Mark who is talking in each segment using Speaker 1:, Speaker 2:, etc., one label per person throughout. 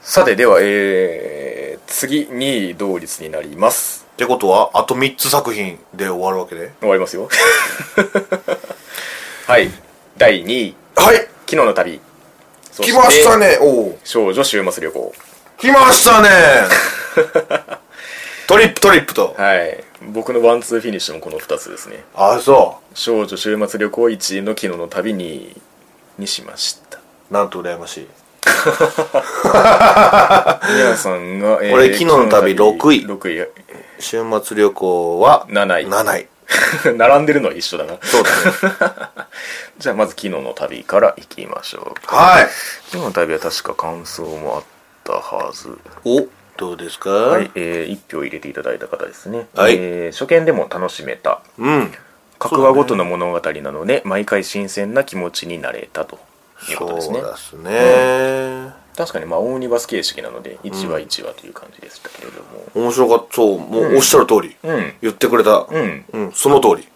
Speaker 1: さて、では、えー、次、2位同率になります。
Speaker 2: てことはあと3つ作品で終わるわけで
Speaker 1: 終わりますよ。 はい。第2位、
Speaker 2: はい
Speaker 1: 昨日の旅。そ
Speaker 2: 来
Speaker 1: て
Speaker 2: ました。ねおお
Speaker 1: 少女週末旅行。
Speaker 2: 来ました ねトリップトリップと
Speaker 1: はい。僕のワンツーフィニッシュもこの2つですね。
Speaker 2: あそ
Speaker 1: 少女週末旅行1位の昨日の旅2位にしました。
Speaker 2: うなんと羨ましい
Speaker 1: 宮野さんが、え
Speaker 2: 俺昨日の旅六位
Speaker 1: 6位。
Speaker 2: 週末旅行は
Speaker 1: 七位
Speaker 2: 7位
Speaker 1: 並んでるのは一緒だな。
Speaker 2: そうだね
Speaker 1: じゃあ、まず昨日の旅から行きましょう。
Speaker 2: はい
Speaker 1: 昨日の旅は確か感想もあったはず。
Speaker 2: おどうですか
Speaker 1: はい、えー、1票入れていただいた方ですね、
Speaker 2: はい
Speaker 1: えー初見でも楽しめた
Speaker 2: うん
Speaker 1: 各話ごとの物語なので、毎回新鮮な気持ちになれたということです
Speaker 2: そう
Speaker 1: ね
Speaker 2: ですね、
Speaker 1: 確かにまあオーニバス形式なので1話1話という感じでしたけれども
Speaker 2: 面白かったそうもうおっしゃる通り、
Speaker 1: うん、
Speaker 2: 言ってくれたうんその 通り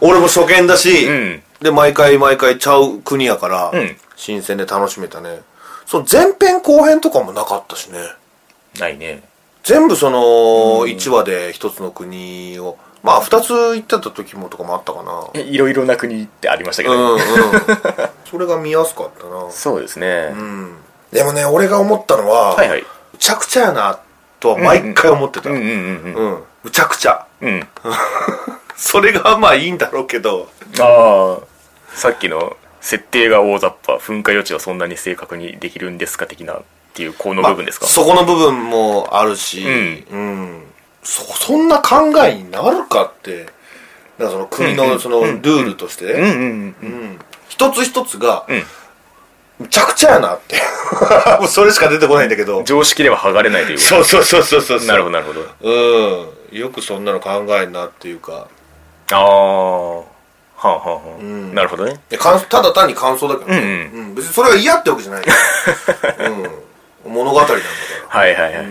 Speaker 2: 俺も初見だし、
Speaker 1: うん
Speaker 2: で毎回毎回ちゃう国やから、
Speaker 1: うん
Speaker 2: 新鮮で楽しめたねその前編後編とかもなかったしね
Speaker 1: ないね
Speaker 2: 全部その1話で1つの国をまあ2つ行ってた時もとかもあったかな
Speaker 1: えいろいろな国ってありましたけ
Speaker 2: う
Speaker 1: ど、
Speaker 2: んうんそれが見やすかったな
Speaker 1: そうですね、
Speaker 2: うんでもね俺が思ったのは、
Speaker 1: はいはい
Speaker 2: むちゃくちゃやなとは毎回思ってた
Speaker 1: う
Speaker 2: うん
Speaker 1: うんんうん
Speaker 2: むちゃくちゃ
Speaker 1: うんうん
Speaker 2: それがまあいいんだろうけど
Speaker 1: ああさっきの設定が大雑把噴火予知はそんなに正確にできるんですか的なっていうこの部分ですか、
Speaker 2: まあそこの部分もあるし、
Speaker 1: う
Speaker 2: うんそそんな考えになるかってだからその国
Speaker 1: うんうん
Speaker 2: のそのルールとして、
Speaker 1: うんうんうん
Speaker 2: 一つ一つが、
Speaker 1: ん
Speaker 2: むちゃくちゃやなって もうそれしか出てこないんだけど
Speaker 1: 常識では剥がれないという
Speaker 2: そうそうそうそうそう
Speaker 1: なるほどなるほど
Speaker 2: うんよくそんなの考えんなっていうか
Speaker 1: ああはあはあはあ、
Speaker 2: ん
Speaker 1: なるほどね
Speaker 2: いや感想ただ単に感想だけどね、
Speaker 1: う
Speaker 2: うん別にそれが嫌ってわけじ ゃない、うん、物語なんだから
Speaker 1: はいはいはい、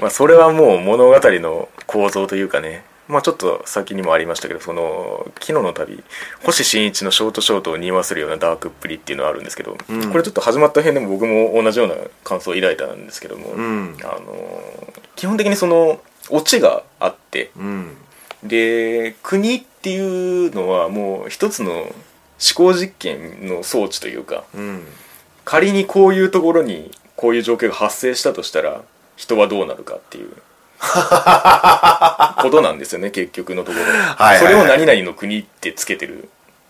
Speaker 1: まあ、それはもう物語の構造というかねまあちょっと先にもありましたけどその昨日の旅星新一のショートショートを匂わせるようなダークっぷりっていうのはあるんですけど、これちょっと始まった辺でも僕も同じような感想を抱いたんですけども、
Speaker 2: ん
Speaker 1: あの基本的にそのオチがあって
Speaker 2: うん
Speaker 1: で国っていうのはもう一つの思考実験の装置というか
Speaker 2: うん
Speaker 1: 仮にこういうところにこういう状況が発生したとしたら人はどうなるかって いうことなんですよね結局のところ
Speaker 2: いはい
Speaker 1: それを何々の国ってつけてる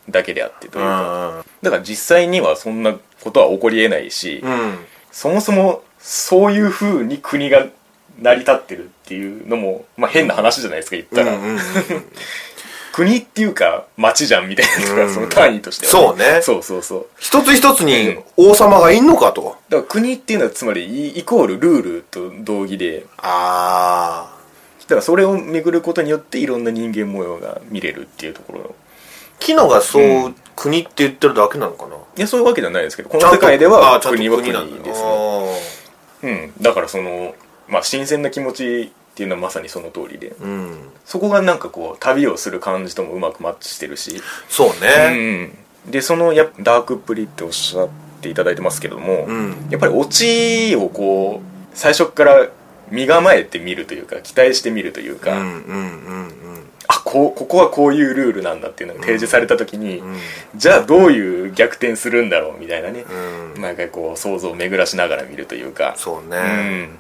Speaker 1: だけであってというかだから実際にはそんなことは起こりえないし、
Speaker 2: うん
Speaker 1: そもそもそういう風に国が成り立ってるっていうのも、まあ、変な話じゃないですか言ったら、
Speaker 2: うんうん
Speaker 1: 国っていうか町じゃんみたいなとか、
Speaker 2: うん
Speaker 1: その単位としては、
Speaker 2: そうね
Speaker 1: そうそうそう
Speaker 2: 一つ一つに王様がいんのかと
Speaker 1: だから国っていうのはつまりイイコールルールと同義で
Speaker 2: ああ
Speaker 1: だからそれを巡ることによっていろんな人間模様が見れるっていうところの
Speaker 2: キノがそう、国って言ってるだけなのかない
Speaker 1: やそういうわけじゃないですけどこの世界で
Speaker 2: あー
Speaker 1: は
Speaker 2: ちゃんと
Speaker 1: 国は国
Speaker 2: なんだ
Speaker 1: ですね
Speaker 2: あ
Speaker 1: うん、だからその、まあ、新鮮な気持ちっていうのはまさにその通りで
Speaker 2: ーうん
Speaker 1: そこがなんかこう旅をする感じともうまくマッチしてるし、
Speaker 2: そうね
Speaker 1: うん、でそのやっぱダークっぷりっておっしゃっていただいてますけども、
Speaker 2: うん
Speaker 1: やっぱりオチをこう最初から身構えて見るというか期待して見るという
Speaker 2: う
Speaker 1: か、
Speaker 2: んうんうん
Speaker 1: あこうここはこういうルールなんだっていうのが提示された時に、
Speaker 2: うん
Speaker 1: じゃあどういう逆転するんだろうみたいなね、
Speaker 2: うんうん
Speaker 1: 毎回こう想像を巡らしながら見るというか
Speaker 2: そう
Speaker 1: う
Speaker 2: ね、
Speaker 1: ん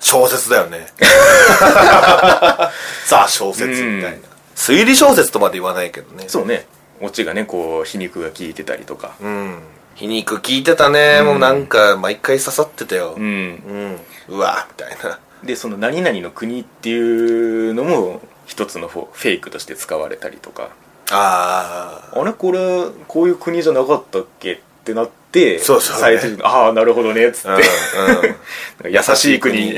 Speaker 2: 小説だ よねザ小説みたいな、推理小説とまで言わないけどね
Speaker 1: そうねオチがねこう皮肉が効いてたりとか
Speaker 2: うん皮肉聞いてたね、もうなんか毎回刺さってたよ
Speaker 1: う、ん
Speaker 2: うんうわみたいな
Speaker 1: でその何々の国っていうのも一つのフォフェイクとして使われたりとか
Speaker 2: あ
Speaker 1: あれこれこういう国じゃなかったっけってなって
Speaker 2: そうそう
Speaker 1: 最終的にああなるほどねっつって、
Speaker 2: あうん う
Speaker 1: な
Speaker 2: ん
Speaker 1: んか優しい国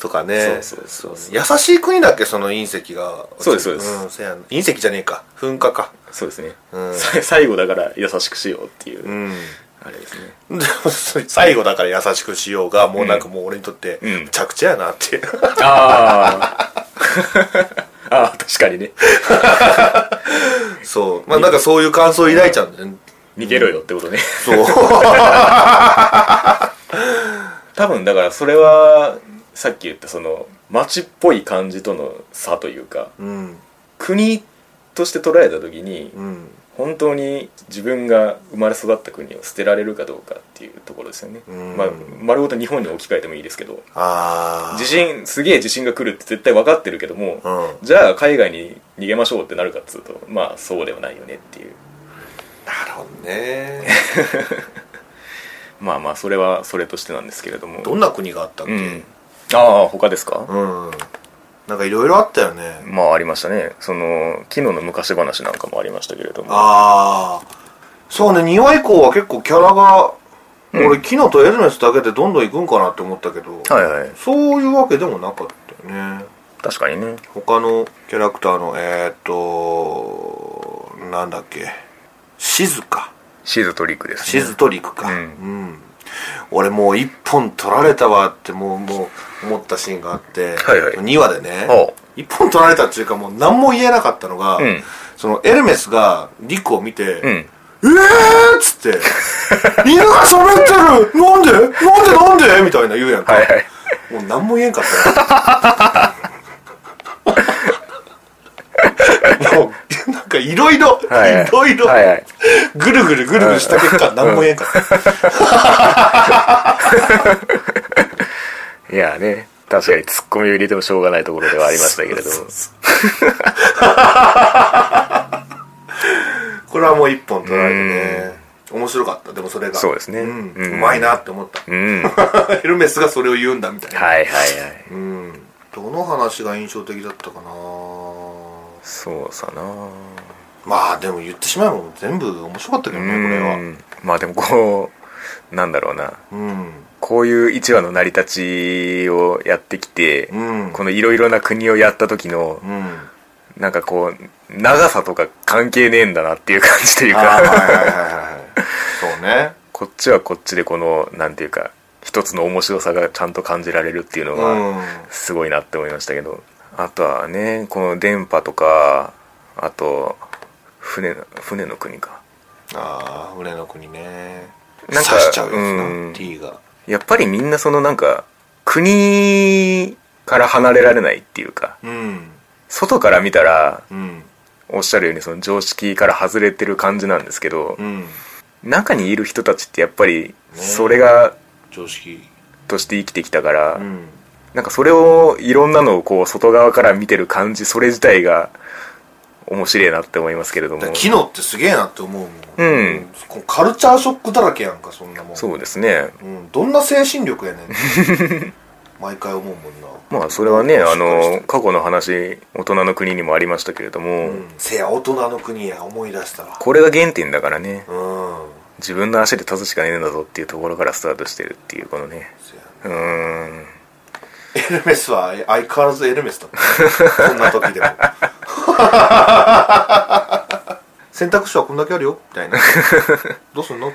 Speaker 2: とかね
Speaker 1: そうそうそう
Speaker 2: 優しい国だっけその隕石が
Speaker 1: そうですそうです
Speaker 2: んせやな隕石じゃねえか噴火か
Speaker 1: そうですね、
Speaker 2: うん
Speaker 1: さ最後だから優しくしようっていう、
Speaker 2: ん
Speaker 1: あれですね
Speaker 2: でもそれ最後だから優しくしようがもうなんかもう俺にとって
Speaker 1: うん
Speaker 2: むちゃくちゃやなって、
Speaker 1: あ ああ確かにね
Speaker 2: そうまあなんかそういう感想を抱いちゃうんだよね
Speaker 1: 逃げろよってことね
Speaker 2: そう
Speaker 1: 多分だからそれはさっき言ったその街っぽい感じとの差というか
Speaker 2: うん
Speaker 1: 国として捉えた時に
Speaker 2: うん
Speaker 1: 本当に自分が生まれ育った国を捨てられるかどうかっていうところですよね、
Speaker 2: うん
Speaker 1: まあ、丸ごと日本に置き換えてもいいですけど
Speaker 2: ああ
Speaker 1: 地震すげえ地震が来るって絶対分かってるけども、
Speaker 2: うん
Speaker 1: じゃあ海外に逃げましょうってなるかっつうとまあそうではないよねっていう
Speaker 2: なるほどね
Speaker 1: まあまあそれはそれとしてなんですけれども
Speaker 2: どんな国があったっけ
Speaker 1: う
Speaker 2: うん
Speaker 1: ん、ああ他ですか、
Speaker 2: なんかいろいろあったよね
Speaker 1: まあありましたねその昨日の昔話なんかもありましたけれども
Speaker 2: ああそうね2話以降は結構キャラが、俺キノとエルメスだけでどんどんいくんかなって思ったけど、
Speaker 1: はいはい
Speaker 2: そういうわけでもなかったよね
Speaker 1: 確かにね
Speaker 2: 他のキャラクターのえー、っとなんだっけ静か
Speaker 1: シズとリクですね
Speaker 2: 静と陸か
Speaker 1: う
Speaker 2: うんん、俺もう一本取られたわってもうもう思ったシーンがあって、
Speaker 1: はいはい
Speaker 2: 2話でね
Speaker 1: ほ
Speaker 2: 一本取られたっていうかもう何も言えなかったのが、
Speaker 1: うん
Speaker 2: そのエルメスがリクを見て、
Speaker 1: うん
Speaker 2: えーっつって、犬が喋ってるなんでなんでなんでみたいな言うやんか。
Speaker 1: はいはい
Speaker 2: もう何も言えんかったよもう、なんかいろいろ、
Speaker 1: はいはい
Speaker 2: いろいろ
Speaker 1: はいはい、
Speaker 2: ぐるぐるぐるぐるした結果何も言えんかった。
Speaker 1: いやね確かにツッコミを入れてもしょうがないところではありましたけれども
Speaker 2: これはもう一本取られてね。面白かった。でもそれが。
Speaker 1: そうですね
Speaker 2: ん
Speaker 1: うん
Speaker 2: うまいなって思った。
Speaker 1: うんはい
Speaker 2: ヘルメスがそれを言うんだみたいな。
Speaker 1: はいはい
Speaker 2: うん。どの話が印象的だったかな
Speaker 1: そうさな
Speaker 2: まあでも言ってしまえばもう全部面白かったけどね、これは。
Speaker 1: うんまあでもこうなんだろうな
Speaker 2: うん。
Speaker 1: こういう一話の成り立ちをやってきて、
Speaker 2: うん。
Speaker 1: このいろいろな国をやった時の
Speaker 2: うん。あ
Speaker 1: なんかこう長さとか関係ねえんだなっていう感じという
Speaker 2: ーはい
Speaker 1: か
Speaker 2: はいはいはい。そうね。
Speaker 1: こっちはこっちでこのなんていうか一つの面白さがちゃんと感じられるっていうのが
Speaker 2: う
Speaker 1: すごいなって思いましたけど、あとはねこの電波とかあと船の船の国か
Speaker 2: ん。ああ、俺の国ね。
Speaker 1: なんか
Speaker 2: 刺しちゃうやつ
Speaker 1: うん
Speaker 2: な、T が。
Speaker 1: やっぱりみんなそのなんか国から離れられないっていうか
Speaker 2: うん。
Speaker 1: 外から見たら
Speaker 2: うん。
Speaker 1: おっしゃるようにその常識から外れてる感じなんですけど、
Speaker 2: うん。
Speaker 1: 中にいる人たちってやっぱりそれが
Speaker 2: 常識。
Speaker 1: として生きてきたから、
Speaker 2: うん。
Speaker 1: なんかそれをいろんなのをこう外側から見てる感じそれ自体が面白いなって思いますけれども
Speaker 2: だから機能ってすげえなって思うもん。
Speaker 1: うん
Speaker 2: こうカルチャーショックだらけやんか、そんなもん。
Speaker 1: そうですね
Speaker 2: うん。どんな精神力やねん。 毎回思うもんな。
Speaker 1: まあそれはねあ
Speaker 2: しっかりして
Speaker 1: の
Speaker 2: る
Speaker 1: 過去の話大人の国にもありましたけれども、
Speaker 2: うん。せや、大人の国や、思い出したわ。
Speaker 1: これが原点だからね
Speaker 2: うん。
Speaker 1: 自分の足で立つしかねえんだぞっていうところからスタートしてるっていうこのね
Speaker 2: せや
Speaker 1: うーん
Speaker 2: エルメスは相変わらずエルメスだったこんな時でも選択肢はこんだけあるよみたいなどうすんの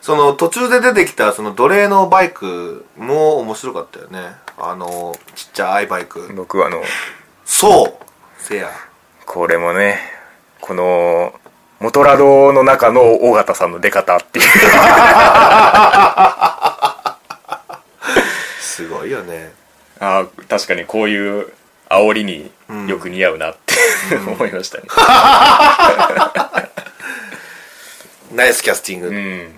Speaker 2: その途中で出てきたその奴隷のバイクも面白かったよねあのちっちゃいバイク
Speaker 1: 僕はあの
Speaker 2: そうせや
Speaker 1: これもねこのモトラドの中の尾形さんの出方っていう
Speaker 2: すごいよね
Speaker 1: ああ確かにこういう煽りによく似合うなって、思いましたね
Speaker 2: ナイスキャスティング、
Speaker 1: うん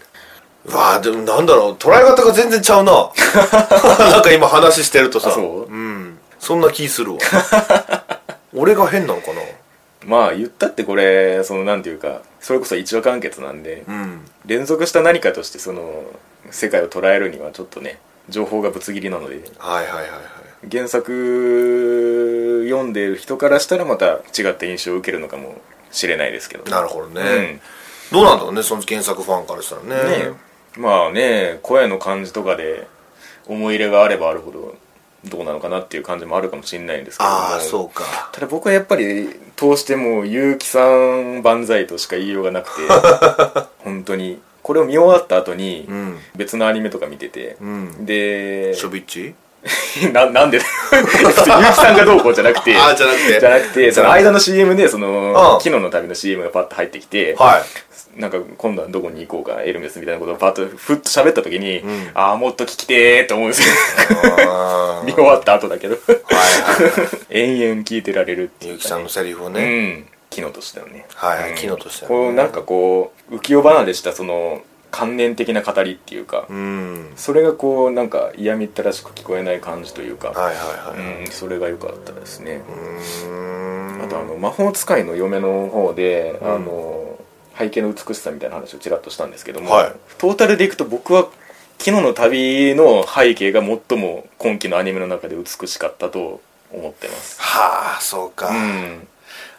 Speaker 2: うわあでもなんだろう捉え方が全然ちゃうな なんか今話してるとさ
Speaker 1: あそう
Speaker 2: うんそんな気す るわ俺が変なのかな
Speaker 1: まあ言ったってこれそのなんていうかそれこそ一話完結なんで、
Speaker 2: うん
Speaker 1: 連続した何かとしてその世界を捉えるにはちょっとね情報がぶつ切りなので
Speaker 2: はいはいはいはい
Speaker 1: 原作読んでる人からしたらまた違った印象を受けるのかもしれないですけど
Speaker 2: なるほどね、どうなんだろうねその原作ファンからしたらね
Speaker 1: ねまあね声の感じとかで思い入れがあればあるほどどうなのかなっていう感じもあるかもしれないんですけども
Speaker 2: ああそうか
Speaker 1: ただ僕はやっぱり通してもう結城さん万歳としか言いようがなくて 本当にこれを見終わった後に
Speaker 2: うん
Speaker 1: 別のアニメとか見てて、
Speaker 2: うん
Speaker 1: で
Speaker 2: ショビッチ
Speaker 1: ななん で結城さんがどうこうじゃなくて
Speaker 2: あーじゃなくて
Speaker 1: じゃなくてその間の CM でその
Speaker 2: うん
Speaker 1: 昨日の旅の CM がパッと入ってきて、
Speaker 2: はい
Speaker 1: なんか今度はどこに行こうかエルメスみたいなことをパッとふっと喋った時に、
Speaker 2: ん
Speaker 1: ああもっと聞きてーと思うんですよ
Speaker 2: あー
Speaker 1: 見終わった後だけど
Speaker 2: はいはい
Speaker 1: 延々聞いてられるってい
Speaker 2: ゆ
Speaker 1: う
Speaker 2: きさ
Speaker 1: か、
Speaker 2: ん
Speaker 1: ね
Speaker 2: の、セリフを
Speaker 1: う
Speaker 2: ね、
Speaker 1: ん機能としてのね
Speaker 2: はいはい
Speaker 1: うん
Speaker 2: 機能としてはね
Speaker 1: こうなんかこう浮世離れしたその観念的な語りっていうか、
Speaker 2: うん
Speaker 1: それがこうなんか嫌みったらしく聞こえない感じというか、
Speaker 2: はいはいは
Speaker 1: う
Speaker 2: い
Speaker 1: ん、それが良かったですね、
Speaker 2: うーん
Speaker 1: あとあの魔法使いの嫁の方で、
Speaker 2: ん
Speaker 1: あの背景の美しさみたいな話をちらっとしたんですけども、
Speaker 2: はい
Speaker 1: トータルでいくと僕は昨日の旅の背景が最も今期のアニメの中で美しかったと思ってます
Speaker 2: はあそうか、
Speaker 1: うん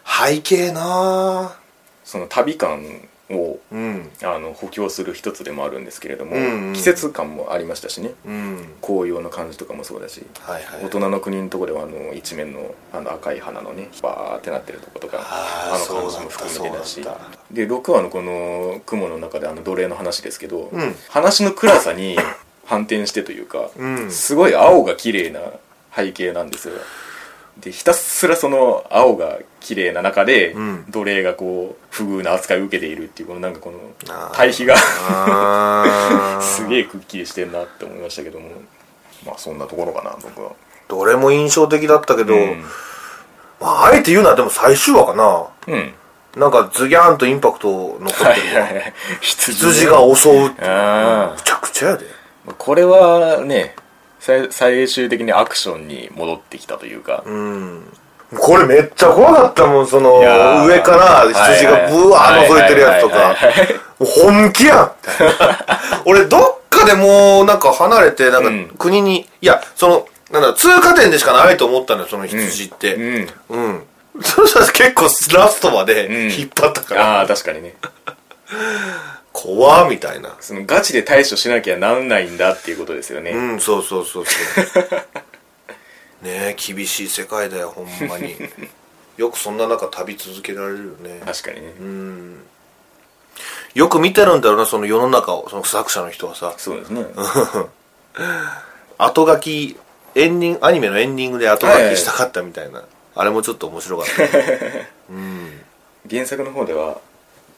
Speaker 2: 背景なあ
Speaker 1: その旅感を
Speaker 2: うん
Speaker 1: あの補強する一つでもあるんですけれども、
Speaker 2: うんうん
Speaker 1: 季節感もありましたしね
Speaker 2: うん
Speaker 1: 紅葉の感じとかもそうだし
Speaker 2: はいはい
Speaker 1: 大人の国のとこではあの一面のあの赤い花のねバーってなってるとことか
Speaker 2: あー
Speaker 1: あの感じも含めてだ
Speaker 2: そ
Speaker 1: し
Speaker 2: うだった
Speaker 1: で6話のこの雲の中であの奴隷の話ですけど、
Speaker 2: うん
Speaker 1: 話の暗さに反転してというか、
Speaker 2: うん
Speaker 1: すごい青が綺麗な背景なんですよでひたすらその青が綺麗な中で、
Speaker 2: うん
Speaker 1: 奴隷がこう不遇な扱いを受けているっていうこのなんかこの
Speaker 2: あー
Speaker 1: 対比が
Speaker 2: あー
Speaker 1: すげえくっきりしてんなって思いましたけどもまあそんなところかな僕は。
Speaker 2: どれも印象的だったけど、
Speaker 1: うん
Speaker 2: まあ、あえて言うならでも最終話かな
Speaker 1: うん
Speaker 2: なんかズギャーンとインパクト残ってる
Speaker 1: はいはいはい羊ね
Speaker 2: 羊が 襲うっていうむち
Speaker 1: あー
Speaker 2: ゃくちゃやで
Speaker 1: これはね最最終的にアクションに戻ってきたというか、
Speaker 2: うんこれめっちゃ怖かったもんその
Speaker 1: いやー
Speaker 2: 上から羊がブワー覗いてるやつと
Speaker 1: はい
Speaker 2: か
Speaker 1: はいはいはい
Speaker 2: もう本気 やん俺どっかでもうなんか離れてな
Speaker 1: うんん
Speaker 2: か国に、いやそのなんだ通過点でしかないと思ったのよその羊って、
Speaker 1: うん
Speaker 2: うん。そしたら結構ラストまで
Speaker 1: うん
Speaker 2: 引っ張ったから、
Speaker 1: ああ確かにね
Speaker 2: 怖っみたいな。
Speaker 1: そのガチで対処しなきゃなんないんだっていうことですよね、
Speaker 2: うん、そうそうそうそう。 ねえ、厳しい世界だよ、ほんまに。よくそんな中旅続けられるよね。
Speaker 1: 確かにね、
Speaker 2: うん。よく見てるんだろうな、その世の中を、その作者の人はさ。
Speaker 1: そうですね
Speaker 2: 後書き、エンディング、アニメのエンディングで後書きしたかったみたいな。あれもちょっと面白かった。
Speaker 1: 原作の方では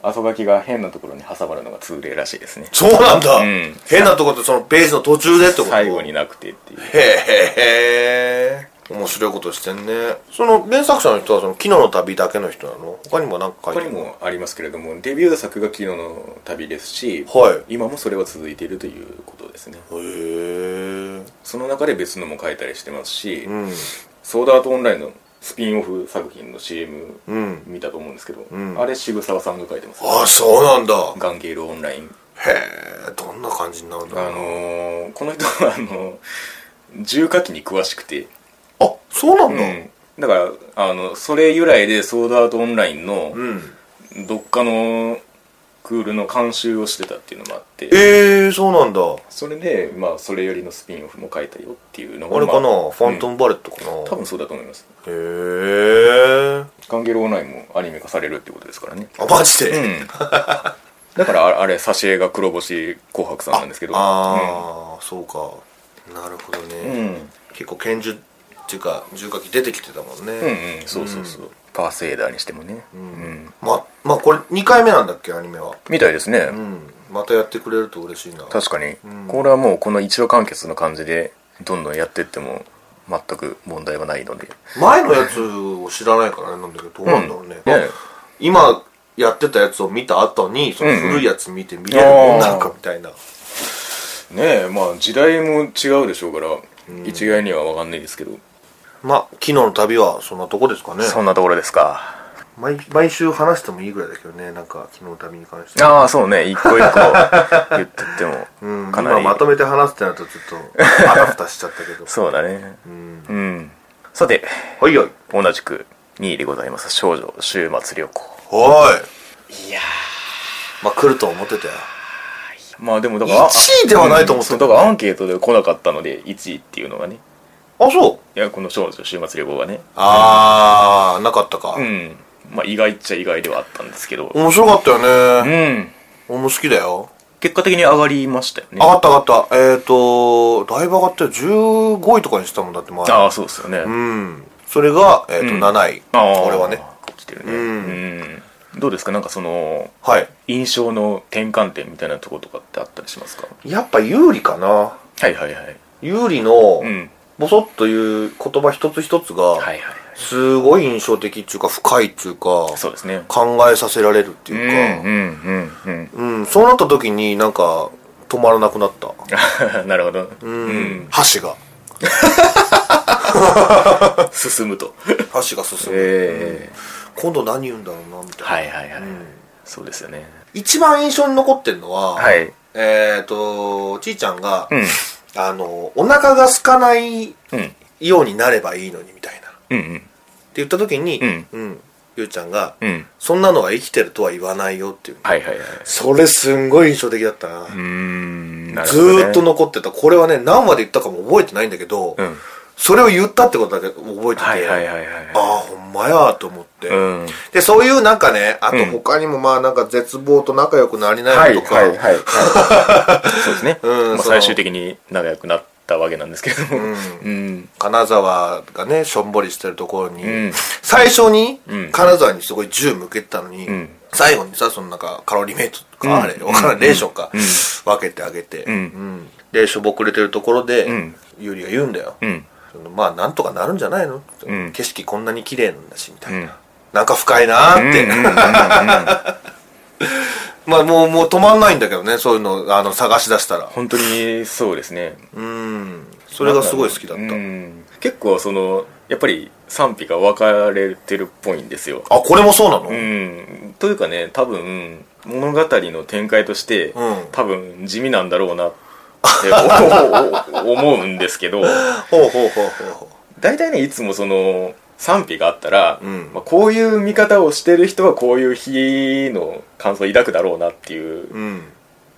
Speaker 1: 後書きが変なところに挟まるのが通例らしいですね
Speaker 2: そうなんだ、
Speaker 1: うん
Speaker 2: 変なとこってそのページの途中でってこと
Speaker 1: 最後になくてっていう
Speaker 2: へえ面白いことしてんねその原作者の人はその「昨日の旅」だけの人なの他にも何か書
Speaker 1: 他
Speaker 2: いて
Speaker 1: に
Speaker 2: る
Speaker 1: もありますけれどもデビュー作が昨日の旅ですし、
Speaker 2: は
Speaker 1: 今もそれは続いているということですね
Speaker 2: いへえ
Speaker 1: その中で別のも書いたりしてますし、
Speaker 2: うん
Speaker 1: ソードアートオンラインのスピンオフ作品の CM
Speaker 2: うん
Speaker 1: 見たと思うんですけど、
Speaker 2: ん
Speaker 1: あれ渋沢さんが書いてます
Speaker 2: ああそうなんだ
Speaker 1: ガンゲールオンライン
Speaker 2: へえどんな感じになるん
Speaker 1: あ
Speaker 2: だろう
Speaker 1: のーこの人はあの重火器に詳しくて、
Speaker 2: あそうなんだ
Speaker 1: だからあのそれ由来でソードアートオンラインの
Speaker 2: うん、
Speaker 1: どっかのクールの監修をしてたっていうのもあって
Speaker 2: ええそうなんだあ
Speaker 1: それでまあそれよりのスピンオフも書いたよっていうのが
Speaker 2: れかな、
Speaker 1: まあ
Speaker 2: ファントムバレットかな、
Speaker 1: うん多分そうだと思います
Speaker 2: へえ
Speaker 1: ガンゲールオンラインもアニメ化されるってことですからね
Speaker 2: あマジで、
Speaker 1: うん、だからああれ挿絵が黒星紅白さんなんですけど
Speaker 2: ああ、そうかなるほどね、
Speaker 1: うん、うん
Speaker 2: 結構拳銃っていうか銃火器出てきてたもん
Speaker 1: うん
Speaker 2: ね、
Speaker 1: うんそうそうそう、パーセーダーにしてもね、うん
Speaker 2: ままあこれ2回目なんだっけアニメは
Speaker 1: みたいですね、
Speaker 2: うんまたやってくれると嬉しいな
Speaker 1: 確かに、
Speaker 2: うん
Speaker 1: これはもうこの一話完結の感じでどんどんやってっても全く問題はないので
Speaker 2: 前のやつを知らないからあれなんだけどどうなんだろうね、
Speaker 1: うんね
Speaker 2: 今やってたやつを見た後にその古いやつ見て見れるもんなんかみたいな、
Speaker 1: ねえまあ時代も違うでしょうから、一概には分かんないですけど
Speaker 2: まあ昨日の旅はそんなとこですかね
Speaker 1: そんなところですか
Speaker 2: 毎毎週話してもいいぐらいだけどねなんか昨日の旅に関しては
Speaker 1: ああそうね一個一個言ってって
Speaker 2: う
Speaker 1: も
Speaker 2: ん
Speaker 1: かな
Speaker 2: 今
Speaker 1: り、
Speaker 2: まとめて話すってなるとちょっとあらふたしちゃったけど
Speaker 1: そうだね
Speaker 2: うん
Speaker 1: うんさて
Speaker 2: はいはい
Speaker 1: 同じく2位でございます少女週末旅行
Speaker 2: おい
Speaker 1: いや
Speaker 2: まあ来ると思ってたよ
Speaker 1: まあでもだから
Speaker 2: 1位ではないと思って
Speaker 1: そ
Speaker 2: た
Speaker 1: うだからアンケートで来なかったので1位っていうのがね
Speaker 2: あそう
Speaker 1: いやこの少女週末旅行がね
Speaker 2: あーなかったか、
Speaker 1: うんまあ意外っちゃ意外ではあったんですけど
Speaker 2: 面白かったよ
Speaker 1: う
Speaker 2: ね、
Speaker 1: ん
Speaker 2: 俺も好きだよ
Speaker 1: 結果的に上がりましたよね
Speaker 2: 上がった上がったえっ、とだいぶ上がったよ15位とかにしたもんだって前
Speaker 1: ああそうですよね、
Speaker 2: うんそれが、えーと
Speaker 1: うん
Speaker 2: 7位
Speaker 1: ああ
Speaker 2: 俺はね
Speaker 1: 来てるね
Speaker 2: う
Speaker 1: うんどうですかなんかその
Speaker 2: はい
Speaker 1: 印象の転換点みたいなとことかってあったりしますか
Speaker 2: やっぱ有利かな
Speaker 1: はいはいはい
Speaker 2: 有利の
Speaker 1: うん
Speaker 2: ボソッという言葉一つ一つが、
Speaker 1: はいはいはい
Speaker 2: すごい印象的っていうか深いっていうか
Speaker 1: そうですね
Speaker 2: 考えさせられるって
Speaker 1: うんう
Speaker 2: いうか、
Speaker 1: んうん
Speaker 2: うんそうなった時になんか止まらなくなった、
Speaker 1: うん なるほど
Speaker 2: うん
Speaker 1: うん
Speaker 2: 箸が
Speaker 1: 進むと
Speaker 2: 箸が進む、
Speaker 1: ええ
Speaker 2: 今度何言うんだろうなみたいな、
Speaker 1: はいはいはい
Speaker 2: うん
Speaker 1: そうですよね
Speaker 2: 一番印象に残ってるのは、
Speaker 1: はい
Speaker 2: えっ、とちいちゃんが、
Speaker 1: うん
Speaker 2: あのお腹が空かない
Speaker 1: うん
Speaker 2: ようになればいいのにみたいなって
Speaker 1: うんうん
Speaker 2: 言った時に、
Speaker 1: うん
Speaker 2: ゆうちゃんが、
Speaker 1: うん
Speaker 2: そんなのは生きてるとは言わないよっていう
Speaker 1: はいはいはい
Speaker 2: それすんごい印象的だったな、
Speaker 1: うーんなるほ
Speaker 2: ず
Speaker 1: どね
Speaker 2: ーっと残ってたこれはね何話で言ったかも覚えてないんだけど、
Speaker 1: うん
Speaker 2: それを言ったってことだけ覚えてて、
Speaker 1: はいはいはい
Speaker 2: ああ
Speaker 1: は
Speaker 2: ほんまやと思って、
Speaker 1: いうん
Speaker 2: でそういうなんかねあと
Speaker 1: うん
Speaker 2: 他にもまあなんか絶望と仲良くなりな
Speaker 1: はいい
Speaker 2: とか、
Speaker 1: はいはいそうですね、
Speaker 2: うん
Speaker 1: まあ、
Speaker 2: その
Speaker 1: 最終的に仲良くなったわけなんですけれどもうん
Speaker 2: 金沢がねしょんぼりしてるところに、
Speaker 1: うん
Speaker 2: 最初に
Speaker 1: うん
Speaker 2: 金沢にすごい銃向けてたのに、
Speaker 1: うん
Speaker 2: 最後にさそのなんかカロリーメイトとか、
Speaker 1: うん
Speaker 2: あれわから
Speaker 1: うん
Speaker 2: んレーションか、
Speaker 1: うん
Speaker 2: 分けてあげて、
Speaker 1: ん
Speaker 2: うんでしょぼくれてるところで、
Speaker 1: うん
Speaker 2: ゆりが言うんだよ、
Speaker 1: うん
Speaker 2: そのまあなんとかなるんじゃないの、
Speaker 1: うん
Speaker 2: 景色こんなに綺麗なんだしみたいな、
Speaker 1: うん
Speaker 2: なんか深いなーって、
Speaker 1: うんうんうんうんうん
Speaker 2: まあもうもう止まんないんだけどねそういうのあの探し出したら
Speaker 1: 本当にそうですね
Speaker 2: うんそれがすごい好きだった、
Speaker 1: うん結構そのやっぱり賛否が分かれてるっぽいんですよ
Speaker 2: あこれもそうなの、
Speaker 1: うんというかね多分物語の展開として、
Speaker 2: うん
Speaker 1: 多分地味なんだろうなっておお思うんですけ ど
Speaker 2: ほうほうほうほうほ
Speaker 1: 大体ねいつもその賛否があったら、
Speaker 2: うん
Speaker 1: まあ、こういう見方をしてる人はこういう日の感想を抱くだろうなっていう
Speaker 2: ううん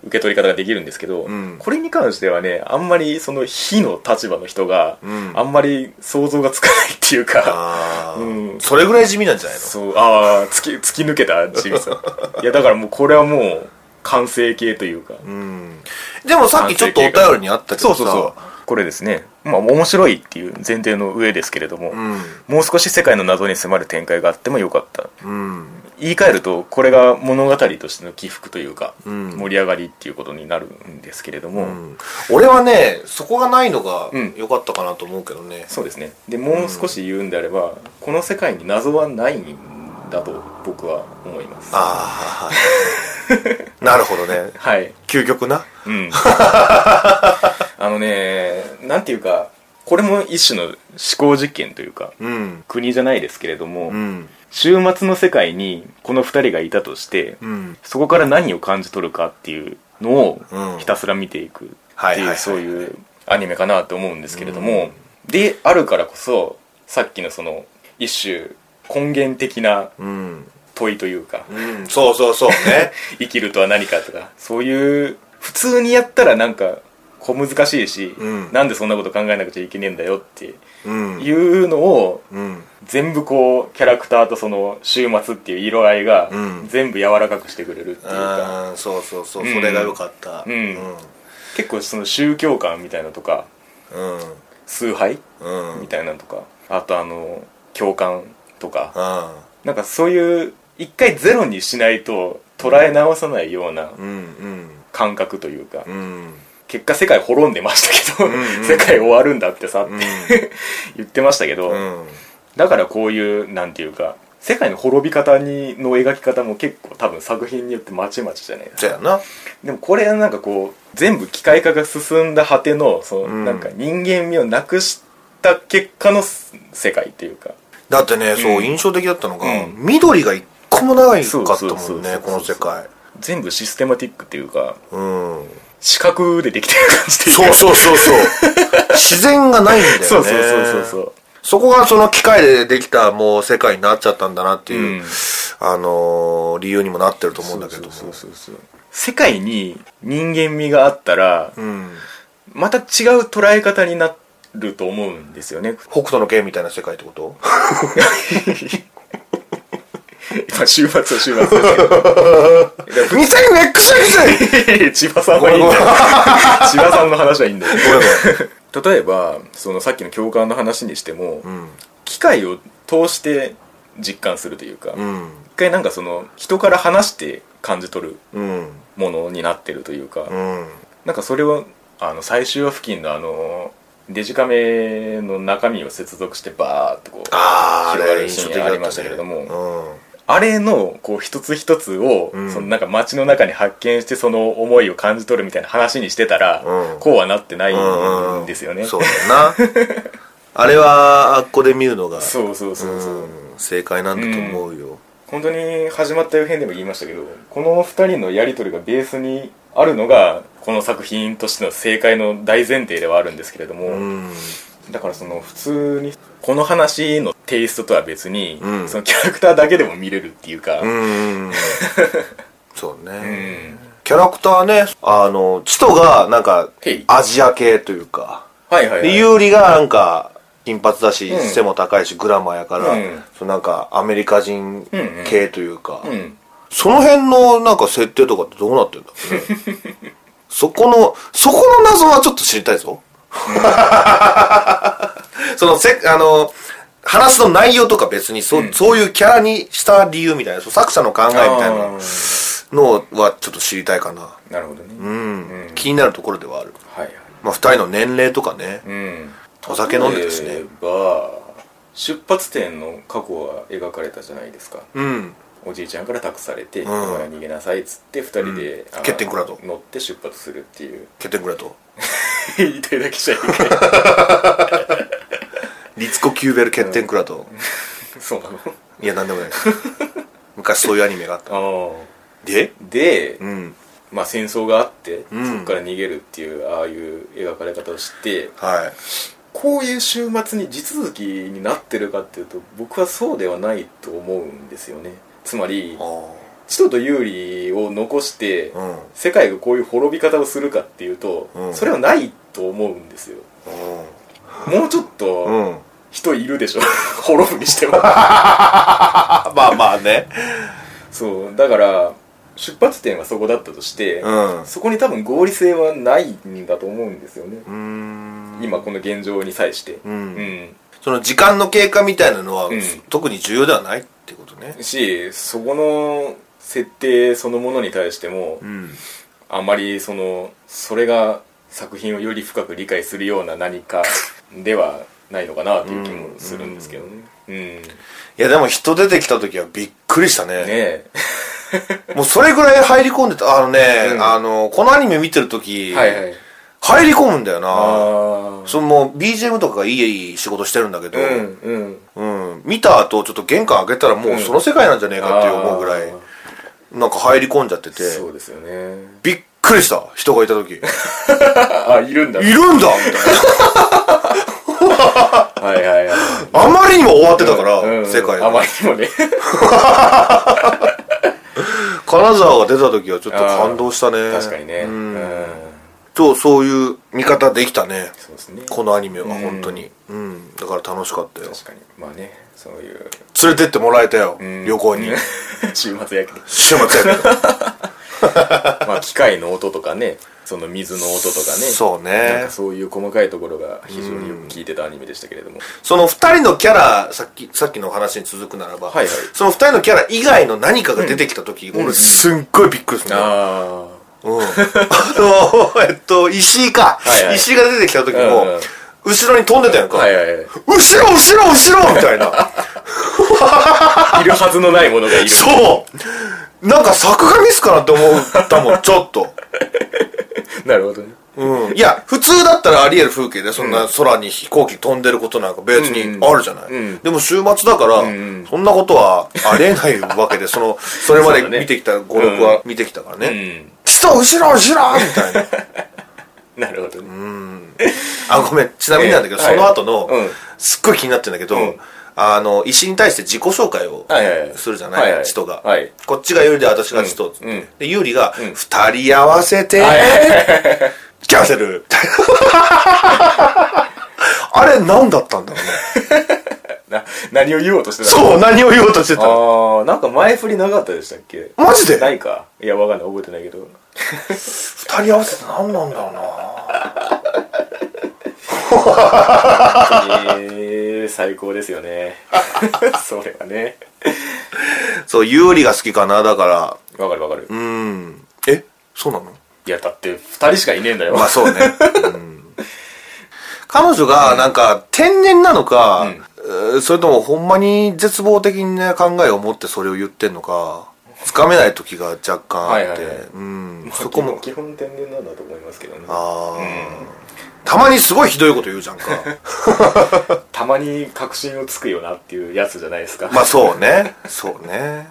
Speaker 1: 受け取り方ができるんですけど、
Speaker 2: うん
Speaker 1: これに関してはねあんまりその非の立場の人が、
Speaker 2: うん
Speaker 1: あんまり想像がつかないっていうか
Speaker 2: ああ、
Speaker 1: うん
Speaker 2: それぐらい地味なんじゃないの
Speaker 1: そうああ突き突き抜けた地味 さいやだからもうこれはもう完成形というか、
Speaker 2: うんでもさっきちょっとお便りにあったけ
Speaker 1: そ
Speaker 2: ど
Speaker 1: う
Speaker 2: さ
Speaker 1: そうそうこれですねまあ面白いっていう前提の上ですけれども、
Speaker 2: うん
Speaker 1: もう少し世界の謎に迫る展開があってもよかった
Speaker 2: うん
Speaker 1: 言い換えるとこれが物語としての起伏というか、
Speaker 2: うん
Speaker 1: 盛り上がりっていうことになるんですけれども、
Speaker 2: うん俺はねそこがないのが
Speaker 1: うん
Speaker 2: 良かったかなと思うけどね、
Speaker 1: そうですねでもう少し言うんであれば、この世界に謎はないんだと僕は思います
Speaker 2: ああはいなるほどね
Speaker 1: はい
Speaker 2: 究極な
Speaker 1: うん あのねなんていうかこれも一種の思考実験というか
Speaker 2: うん
Speaker 1: 国じゃないですけれども、
Speaker 2: うん
Speaker 1: 週末の世界にこの2人がいたとして、
Speaker 2: うん
Speaker 1: そこから何を感じ取るかっていうの
Speaker 2: う
Speaker 1: を
Speaker 2: ん
Speaker 1: ひたすら見ていくっ
Speaker 2: はい
Speaker 1: て
Speaker 2: はい
Speaker 1: い
Speaker 2: は
Speaker 1: う
Speaker 2: い
Speaker 1: そういうアニメかなと思うんですけれども、であるからこそさっきのその一種根源的な
Speaker 2: うん、
Speaker 1: 問いというか
Speaker 2: うん、そうそうそう ね
Speaker 1: 生きるとは何かとかそういう普通にやったらなんか小難しいし、
Speaker 2: うん
Speaker 1: なんでそんなこと考えなくちゃいけねえんだよって
Speaker 2: うん
Speaker 1: いうのを
Speaker 2: うん
Speaker 1: 全部こうキャラクターとその週末っていう色合いが
Speaker 2: うん
Speaker 1: 全部柔らかくしてくれるっていうか、
Speaker 2: あーそうそうそう、
Speaker 1: うん
Speaker 2: それが良かった
Speaker 1: うん結構その宗教観みたいなのとか
Speaker 2: うん
Speaker 1: 崇拝
Speaker 2: うんうん
Speaker 1: みたいなのとかあとあの共感とか
Speaker 2: あ
Speaker 1: なんかそういう一回ゼロにしないと捉え直さないような
Speaker 2: ーうん
Speaker 1: 感覚というか
Speaker 2: うんうん
Speaker 1: 結果世界滅んでましたけど、
Speaker 2: うんうん
Speaker 1: 世界終わるんだってさって、
Speaker 2: うん
Speaker 1: 言ってましたけど、
Speaker 2: うん
Speaker 1: だからこういうなんていうか世界の滅び方にの描き方も結構多分作品によってまちまちじゃないですか
Speaker 2: そうやな
Speaker 1: でもこれはなんかこう全部機械化が進んだ果てのその、
Speaker 2: うん
Speaker 1: なんか人間味をなくした結果のす世界っていうか
Speaker 2: だってね、そううん印象的だったのが、
Speaker 1: うん
Speaker 2: 緑が一個も長いかっ
Speaker 1: そ
Speaker 2: た
Speaker 1: うそ
Speaker 2: もん
Speaker 1: うそう
Speaker 2: ね
Speaker 1: そう
Speaker 2: この世界
Speaker 1: 全部システマティックっていうか
Speaker 2: うん
Speaker 1: 視覚でできてる感じっていうか
Speaker 2: そうそうそうそう自然がないんだよ ね
Speaker 1: そうそうそうそうそう
Speaker 2: そこがその機械でできたもう世界になっちゃったんだなっていう、
Speaker 1: うん
Speaker 2: あのー理由にもなってると思うんだけども
Speaker 1: そうそうそうそう世界に人間味があったら、
Speaker 2: うん
Speaker 1: また違う捉え方になると思うんですよね
Speaker 2: 北斗の拳みたいな世界ってこと
Speaker 1: まあ週末は週末ですけ ど
Speaker 2: ミサイル X です
Speaker 1: 千葉さんはいいんだよ千葉さんの話はいいんだよ
Speaker 2: ごめんご
Speaker 1: 例えばそのさっきの共感の話にしても、
Speaker 2: めん。
Speaker 1: 機械を通して実感するというか、
Speaker 2: う
Speaker 1: 一
Speaker 2: ん。
Speaker 1: 回なんかその人から話して感じ取る
Speaker 2: うん。
Speaker 1: ものになってるというか、
Speaker 2: うん。
Speaker 1: なんかそれをあの最終話付近のあのデジカメの中身を接続してバーっとこうあ
Speaker 2: あー、あ
Speaker 1: 広が
Speaker 2: れ、
Speaker 1: るシーンありましたけれども
Speaker 2: 印象的だったね
Speaker 1: れのこう一つ一つを、
Speaker 2: うん
Speaker 1: そのなんか街の中に発見してその思いを感じ取るみたいな話にしてたら、
Speaker 2: うん
Speaker 1: こうはなってない
Speaker 2: うん。うん
Speaker 1: んですよね、
Speaker 2: そうだよな。あれは、あっこで見るのが、
Speaker 1: そうそうそうそう、
Speaker 2: うん正解なんだと思うよ。
Speaker 1: 本当に始まった予編でも言いましたけどこの2人のやり取りがベースにあるのがこの作品としての正解の大前提ではあるんですけれども、
Speaker 2: うん。
Speaker 1: だからその普通にこの話のテイストとは別に、
Speaker 2: うん
Speaker 1: そのキャラクターだけでも見れるっていうか、
Speaker 2: うん。そう
Speaker 1: う
Speaker 2: ね。
Speaker 1: ん
Speaker 2: キャラクターね、あの、チトが、なんか
Speaker 1: へい、
Speaker 2: アジア系というか、
Speaker 1: はいはい、は
Speaker 2: で
Speaker 1: い、
Speaker 2: ユーリがなんか金髪だし、
Speaker 1: うん
Speaker 2: 背も高いしグラマーやから、
Speaker 1: うん
Speaker 2: そのなんかアメリカ人系というか、
Speaker 1: うん
Speaker 2: その辺のなんか設定とかってどうなってんだろうね そこのそこの謎はちょっと知りたいぞ そのせあの話の内容とか別にそ,、うそういうキャラにした理由みたいなそう作者の考えみ
Speaker 1: あー
Speaker 2: たいなのはちょっと知りたいかな
Speaker 1: なるほどね、
Speaker 2: うん、気になるところではある、
Speaker 1: はいはい
Speaker 2: まあ、2人の年齢とかね、
Speaker 1: うん
Speaker 2: お酒飲んでですね
Speaker 1: 例えば出発点の過去は描かれたじゃないですか
Speaker 2: うん
Speaker 1: おじいちゃんから託されて「
Speaker 2: ん
Speaker 1: お前は逃げなさい」っつって2人で
Speaker 2: うん
Speaker 1: あの
Speaker 2: 欠点くらと
Speaker 1: 乗って出発するっていう
Speaker 2: 欠点ぐらいと
Speaker 1: 言いたいだけじゃい けない
Speaker 2: リツコ・キューベル欠点クラと、
Speaker 1: そうなの
Speaker 2: いやなんでもない昔そういうアニメがあった
Speaker 1: ああ
Speaker 2: で
Speaker 1: で、
Speaker 2: うん
Speaker 1: まあ、戦争があって、
Speaker 2: うん
Speaker 1: そこから逃げるっていうああいう描かれ方をして
Speaker 2: はい
Speaker 1: こういう週末に地続きになってるかっていうと僕はそうではないと思うんですよねつまり
Speaker 2: あ
Speaker 1: チトとユーリを残して、
Speaker 2: あうん
Speaker 1: 世界がこういう滅び方をするかっていうと、
Speaker 2: うん
Speaker 1: それはないと思うんですよもうちょっと、
Speaker 2: うん、うん、
Speaker 1: 人いるでしょ 滅ぶにして も
Speaker 2: あまあまあね
Speaker 1: そうだから出発点はそこだったとして、
Speaker 2: うんう
Speaker 1: そこに多分合理性はないんだと思うんですよね、
Speaker 2: ーん
Speaker 1: 今この現状に際してう
Speaker 2: う、
Speaker 1: んん、
Speaker 2: その時間の経過みたいなのは、
Speaker 1: うん
Speaker 2: 特に重要ではないってことね
Speaker 1: しそこの設定そのものに対しても、
Speaker 2: うん
Speaker 1: あんまりそのそれが作品をより深く理解するような何かではないのかなという気もするんですけどねうん、ね
Speaker 2: いやでも人出てきた時はびっくりしたね
Speaker 1: え
Speaker 2: もうそれぐらい入り込んでたあのね、
Speaker 1: うん
Speaker 2: あのこのアニメ見てる時、
Speaker 1: はいはい
Speaker 2: 入り込むんだよな
Speaker 1: あ
Speaker 2: そのもう BGM とかがいい仕事してるんだけど、
Speaker 1: うんうん
Speaker 2: うん、見た後ちょっと玄関開けたらもうその世界なんじゃねえかって思うぐらい
Speaker 1: あ
Speaker 2: なんか入り込んじゃってて
Speaker 1: ーそうですよね
Speaker 2: びっくりした人がいた時いるん
Speaker 1: あいるんだ
Speaker 2: だ みたい
Speaker 1: はいはいはい
Speaker 2: なあまりにも終わってたから、
Speaker 1: うん
Speaker 2: 世界
Speaker 1: あま
Speaker 2: が
Speaker 1: りにもね
Speaker 2: 金沢が出た時はちょっと感動したね
Speaker 1: 確かにねう
Speaker 2: うんんそうそういう見方できたね
Speaker 1: そうですね
Speaker 2: このアニメは本当にうん、だから楽しかったよ
Speaker 1: 確かにまあねそういう
Speaker 2: 連れてってもらえたよ、
Speaker 1: うん
Speaker 2: 旅行に
Speaker 1: 週末やけど
Speaker 2: 週末やけど
Speaker 1: まあ機械の音とかね その水の音とかね
Speaker 2: そうね
Speaker 1: なんかそういう細かいところが非常によく聞いてたアニメでしたけれども
Speaker 2: その二人のキャラさっきさっきの話に続くならば、
Speaker 1: はいはい
Speaker 2: その二人のキャラ以外の何かが出てきた時、俺すんごいびっくりするの、
Speaker 1: あ
Speaker 2: うんあの えっと石井か、
Speaker 1: はいはい
Speaker 2: 石井が出てきた時も、
Speaker 1: うんうん
Speaker 2: 後ろに飛んでたやん
Speaker 1: あ
Speaker 2: か、
Speaker 1: はいはいはい
Speaker 2: 後ろ後ろ後ろみたい な
Speaker 1: いるはずのないものがいる
Speaker 2: そうなんか作画ミスかなって思った もんちょっと、
Speaker 1: なるほどね
Speaker 2: うん、いや普通だったらあり得る風景でそんな空に飛行機飛んでることなんか別にあるじゃない、
Speaker 1: うんうん
Speaker 2: でも週末だから、
Speaker 1: ん
Speaker 2: そんなことはありえないわけでそのそれまで見てきた56
Speaker 1: だね
Speaker 2: は見てきたからね、
Speaker 1: うん
Speaker 2: ちょっと後ろ後ろみたいな
Speaker 1: なるほどね
Speaker 2: あごめんちなみになんだけど、
Speaker 1: ええはい
Speaker 2: その後の、
Speaker 1: うん
Speaker 2: すっごい気になってんだけど、
Speaker 1: うん
Speaker 2: あの石に対して自己紹介を
Speaker 1: はいはいはい
Speaker 2: するじゃない、
Speaker 1: はいはい
Speaker 2: チトが、
Speaker 1: はい
Speaker 2: こっちがユリで私がチトっつって、
Speaker 1: うんうん
Speaker 2: でユリが、
Speaker 1: ん
Speaker 2: 二人合わせて、キャン セルあれ何だったんだろうね
Speaker 1: な何を言おうとしてた
Speaker 2: そう何を言おうとしてた
Speaker 1: ああなんか前振りなかったでしたっけ
Speaker 2: マジで
Speaker 1: ないかいやわかんない覚えてないけ ど
Speaker 2: 二人合わせて何なんだろうな
Speaker 1: えー、最高ですよね それはね
Speaker 2: そう有利が好きかなだから
Speaker 1: わかるわかる
Speaker 2: うーんえそうなの
Speaker 1: いやだって二人しかいねえんだよ、
Speaker 2: まあそうね、うん彼女がなんか天然なのか、えーそれともほんまに絶望的な考えを持ってそれを言ってんのかつかめない時が若干あ
Speaker 1: はい
Speaker 2: って、
Speaker 1: はいはい
Speaker 2: うん
Speaker 1: まあ
Speaker 2: そこも
Speaker 1: 基本基本天然なんだと思いますけどね
Speaker 2: あーたまにすごいひどいこと言うじゃん か
Speaker 1: たまに確信をつくよなっていうやつじゃないですか、
Speaker 2: まあそうねそうね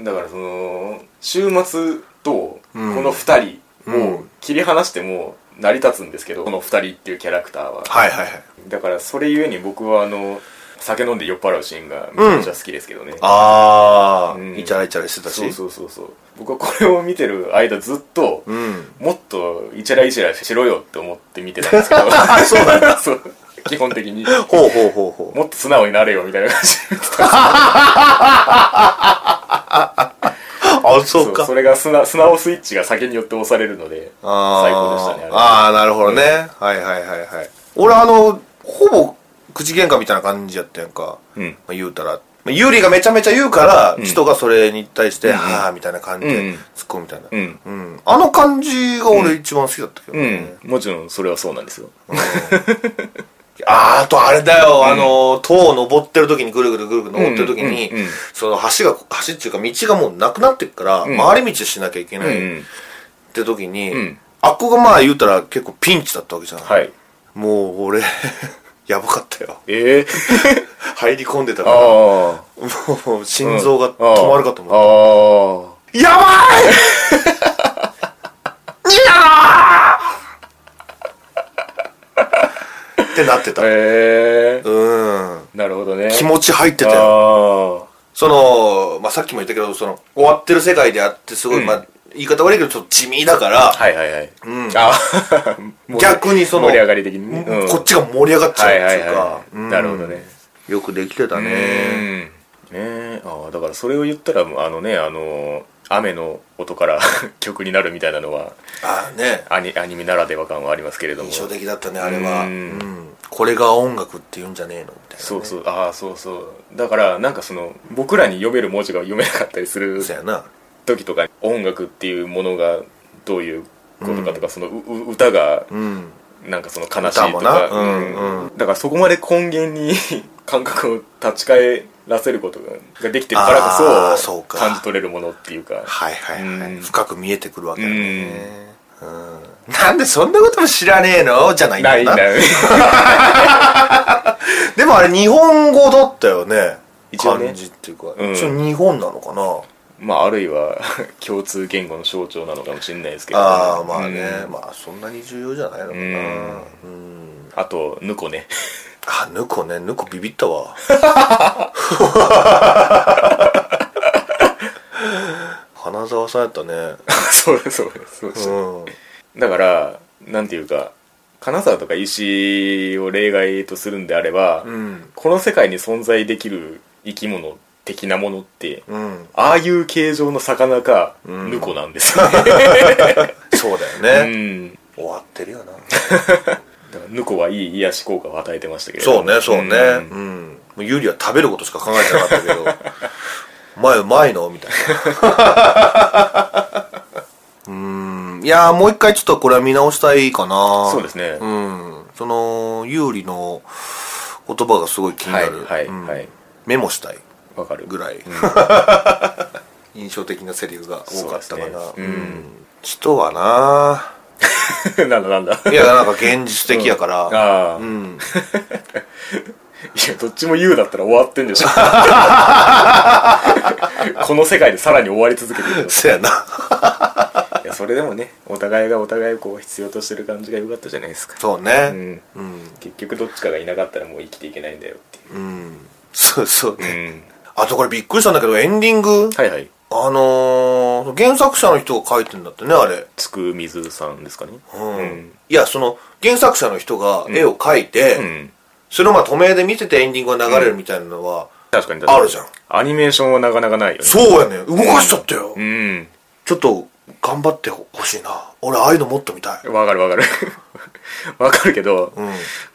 Speaker 1: だからその週末とこの二人
Speaker 2: うん
Speaker 1: を切り離しても成り立つんですけど、この二人っていうキャラクターは
Speaker 2: はいはいはい
Speaker 1: だからそれゆえに僕はあの酒飲んで酔っ払うシーンがめっちゃ好きですけどね、
Speaker 2: ああ、
Speaker 1: うん
Speaker 2: イチャライチャラしてたし
Speaker 1: そうそうそうそう僕はこれを見てる間ずっと、
Speaker 2: うん
Speaker 1: もっとイチャライチャラしろよって思って見てたんです けど そうなんだ基本的に
Speaker 2: ほうほうほうほう
Speaker 1: もっと素直になれよみたいな感じで見てた
Speaker 2: あそう
Speaker 1: そう
Speaker 2: か
Speaker 1: それが素直素直スイッチが酒によって押されるので
Speaker 2: あ
Speaker 1: 最高でしたねあれ
Speaker 2: ああーなるほどね、はいはいはいはい俺あのほぼ口喧嘩みたいな感じやったやんか、
Speaker 1: うん
Speaker 2: まあ、言うたら、まあ、ユーリがめちゃめちゃ言うから、人がそれに対して、はあみたいな感じ
Speaker 1: うんう
Speaker 2: で
Speaker 1: ん
Speaker 2: 突っ込むみたいな、
Speaker 1: うん
Speaker 2: うんあの感じが俺一番好きだったけどね、
Speaker 1: うん、もちろんそれはそうなんですよ
Speaker 2: あーあとあれだよ、あの塔を登ってる時にぐるぐるぐるぐる登ってる時に、
Speaker 1: うんうんうんうん
Speaker 2: その橋が橋っていうか道がもうなくなってくから、
Speaker 1: ん
Speaker 2: 回り道しなきゃいけない、
Speaker 1: うん
Speaker 2: って時に、
Speaker 1: ん
Speaker 2: あっこがまあ言うたら結構ピンチだったわけじゃん、
Speaker 1: はい
Speaker 2: もう俺 やばかったよ
Speaker 1: ええ
Speaker 2: 入り込んでたからも
Speaker 1: ああ
Speaker 2: う心臓が止まるかと思った、
Speaker 1: 思っ
Speaker 2: やば いやだーってなってた、
Speaker 1: たええ
Speaker 2: うん
Speaker 1: なるほどね
Speaker 2: 気持ち入ってたよ
Speaker 1: あ
Speaker 2: その、まあ、さっきも言ったけど、その、終わってる世界であって、すごい、
Speaker 1: うん
Speaker 2: まあ、言い方悪いけど、ちょっと地味だから、
Speaker 1: あはいはいはい、
Speaker 2: うん
Speaker 1: あーもう
Speaker 2: 逆に その
Speaker 1: 盛り上がり的にね、
Speaker 2: うん
Speaker 1: うん
Speaker 2: こっちが盛り上がっちゃ
Speaker 1: は
Speaker 2: う
Speaker 1: い
Speaker 2: っ
Speaker 1: は
Speaker 2: てい
Speaker 1: いう
Speaker 2: か
Speaker 1: は、い、
Speaker 2: うん
Speaker 1: なるほどね
Speaker 2: よくできてたね。
Speaker 1: ねえああだからそれを言ったらあのねあの雨の音から 曲になるみたいなのは
Speaker 2: ああね、
Speaker 1: アニアニメならでは感はありますけれども
Speaker 2: 印象的だったね、あれ
Speaker 1: う
Speaker 2: は。うんん。これが音楽って言うんじゃねえのみたいなね。
Speaker 1: そうそうああそうそうだからなんかその僕らに読める文字が読めなかったりする
Speaker 2: そうやな。
Speaker 1: 時とか音楽っていうものがどういうことかとか、そのうう歌が
Speaker 2: うん。
Speaker 1: なんかその悲しいとか、
Speaker 2: 歌もなうん
Speaker 1: うんだからそこまで根源に 感覚を立ち返らせることができてるから
Speaker 2: あ
Speaker 1: こ
Speaker 2: ー
Speaker 1: そ
Speaker 2: そうか
Speaker 1: 感じ取れるものっていうか
Speaker 2: はいはいは
Speaker 1: う
Speaker 2: い。
Speaker 1: ん
Speaker 2: 深く見えてくるわけだね。うん。なんでそんなことも知らねえのじゃないん
Speaker 1: な
Speaker 2: だ
Speaker 1: い
Speaker 2: よ
Speaker 1: んだよね
Speaker 2: でもあれ日本語だったよね。
Speaker 1: 一応ね
Speaker 2: 漢字っていうか。
Speaker 1: うん
Speaker 2: 一応日本なのかな。
Speaker 1: まああるいは共通言語の象徴なのかもしれないですけど、
Speaker 2: ああ、まあね。
Speaker 1: うん
Speaker 2: まあそんなに重要じゃないのかな。うん。
Speaker 1: あとぬこね
Speaker 2: あ、ぬこね。ぬこビビったわ。 花沢さんやったね。
Speaker 1: そうそうそうそう
Speaker 2: うん。
Speaker 1: だからなんていうか金沢とか石を例外とするんであれば、
Speaker 2: うん。
Speaker 1: この世界に存在できる生き物的なものって、
Speaker 2: うん。
Speaker 1: ああいう形状の魚か、
Speaker 2: うん
Speaker 1: ヌコなんですよ ね。
Speaker 2: そうだ
Speaker 1: う
Speaker 2: よね。
Speaker 1: ん。だ
Speaker 2: 終わってるよな。
Speaker 1: からヌコはいい癒し効果を与えてましたけれど
Speaker 2: そう
Speaker 1: も
Speaker 2: ね、そうね。
Speaker 1: ん
Speaker 2: うん。もうユリは食べることしか考えてなかったけど、前うまいのみたいな。 うん。いやーもう一回ちょっとこれは見直したいかな。
Speaker 1: そうですね
Speaker 2: うん。その、有利の言葉がすごい気になる。
Speaker 1: はいはい
Speaker 2: うん
Speaker 1: はい
Speaker 2: メモしたい
Speaker 1: わかる。
Speaker 2: ぐらい。 印象的なセリフが多かっ
Speaker 1: そ
Speaker 2: たかな。
Speaker 1: うですねうん
Speaker 2: 人は な
Speaker 1: なんだなんだ。
Speaker 2: いや、なんか現実的やから。
Speaker 1: ああ、
Speaker 2: う
Speaker 1: い
Speaker 2: ん、
Speaker 1: や、どっちも言うだったら終わってんでしょ。 この世界でさらに終わり続けてる
Speaker 2: そやな。
Speaker 1: いや、それでもね、お互いがお互いをこう必要としてる感じが良かったじゃないですか。
Speaker 2: そうね。
Speaker 1: うん
Speaker 2: うん。
Speaker 1: 結局どっちかがいなかったらもう生きていけないんだよっていう。
Speaker 2: うん。そうそうね。
Speaker 1: うん。
Speaker 2: あとこれびっくりしたんだけど、エンディング、
Speaker 1: はいはい。
Speaker 2: あのー、原作者の人が書いてんだってね、あれ。
Speaker 1: つくみずさんですかね。
Speaker 2: うん。いや、その、原作者の人が絵を描いて、
Speaker 1: うん。
Speaker 2: それをまあ、止めで見ててエンディングが流れるみたいなのは、
Speaker 1: 確かに確かに
Speaker 2: あるじゃん。
Speaker 1: アニメーションはなかなかないよね
Speaker 2: そうやね。動かしちゃったよ。
Speaker 1: うん
Speaker 2: ちょっと、頑張ってほしいな。俺、ああいうのもっと見たい。
Speaker 1: わかるわ かるわかるけど、
Speaker 2: うん。い